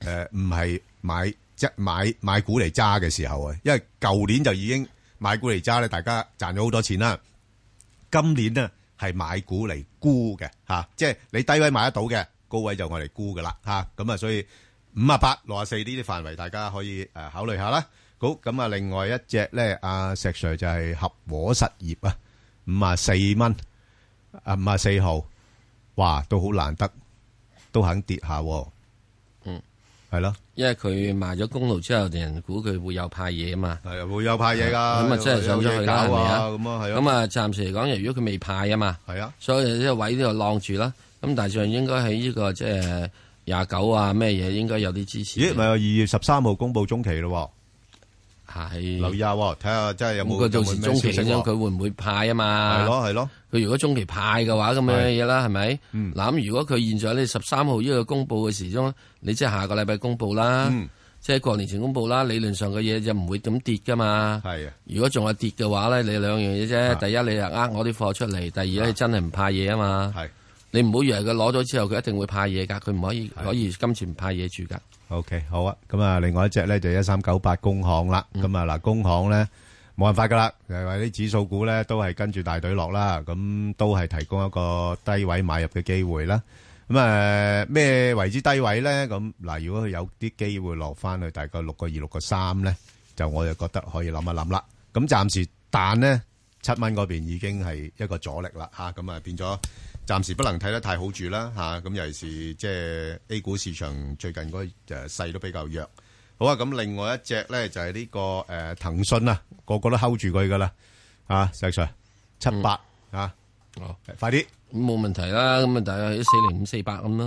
S3: 誒唔係買即買買股嚟揸嘅時候啊，因為舊年就已經買股嚟揸咧，大家賺咗好多錢啦。今年呢係買股嚟沽嘅嚇、啊即係你低位買得到嘅，高位就我嚟沽噶啦嚇。咁啊，所以五啊八、六啊四呢啲範圍，大家可以誒、呃考慮下啦。好，咁啊，另外一隻咧，阿、石 Sir 就係合和實業啊，五啊四蚊，啊五啊四號，哇，都好難得，都肯跌下、喎。
S4: 嗯，
S3: 係咯。
S4: 因為佢賣咗公路之後，人估佢會有派嘢啊嘛，
S3: 係會有派嘢㗎
S4: 咁啊真係上咗去啦，係
S3: 有嘢搞
S4: 咪
S3: 啊
S4: 啊？
S3: 咁啊係啊
S4: 咁啊暫時嚟講，如果佢未派啊嘛，
S3: 係啊，
S4: 所以呢個位呢度晾住啦。咁但係上應該喺呢個即係廿九啊咩嘢應該有啲支持。
S3: 咦，咪有二月十三號公布中期咯
S4: 喎，係
S3: 留意下喎，睇下真係有
S4: 咁
S3: 冇
S4: 佢到時中期咁樣，佢會
S3: 會
S4: 唔會派啊嘛？
S3: 係咯係咯。
S4: 佢如果中期派嘅話，咁樣嘢啦，係咪？
S3: 嗯
S4: 嗱咁如果佢現在呢十三號呢個公佈嘅時鐘，你即係下個禮拜公佈啦，
S3: 嗯
S4: 即係過年前公佈啦。理論上嘅嘢就唔會咁跌噶嘛。
S3: 係啊。
S4: 如果仲係跌嘅話咧，你兩樣嘢啫。第一，你又呃我啲貨出嚟；第二咧，真係唔派嘢啊嘛。
S3: 係。
S4: 你唔好以為佢攞咗之後，佢一定會派嘢㗎。佢唔可以可以今次唔派嘢住㗎。
S3: OK，好啊。咁啊，另外一隻咧就一三九八工行啦。咁啊嗱，工行咧冇辦法噶啦，誒或者啲指數股咧都係跟住大隊落啦。咁都係提供一個低位買入嘅機會啦。咁啊咩為之低位咧？咁嗱，如果佢有啲機會落翻去大概六個二、六個三咧，就我就覺得可以諗一諗啦。咁暫時彈咧七蚊嗰邊已經係一個阻力啦嚇，咁啊變咗暫時不能睇得太好住啦嚇，咁、尤其是即係 A 股市場最近嗰個誒勢都比較弱。好啊，咁另外一隻咧就係、呢、個誒、呃、騰訊啊，個個都 hold 住佢噶啦啊，石 Sir 七八啊，
S4: 哦，
S3: 快啲，
S4: 咁冇問題啦。咁啊，大概一四零五四八咁啦。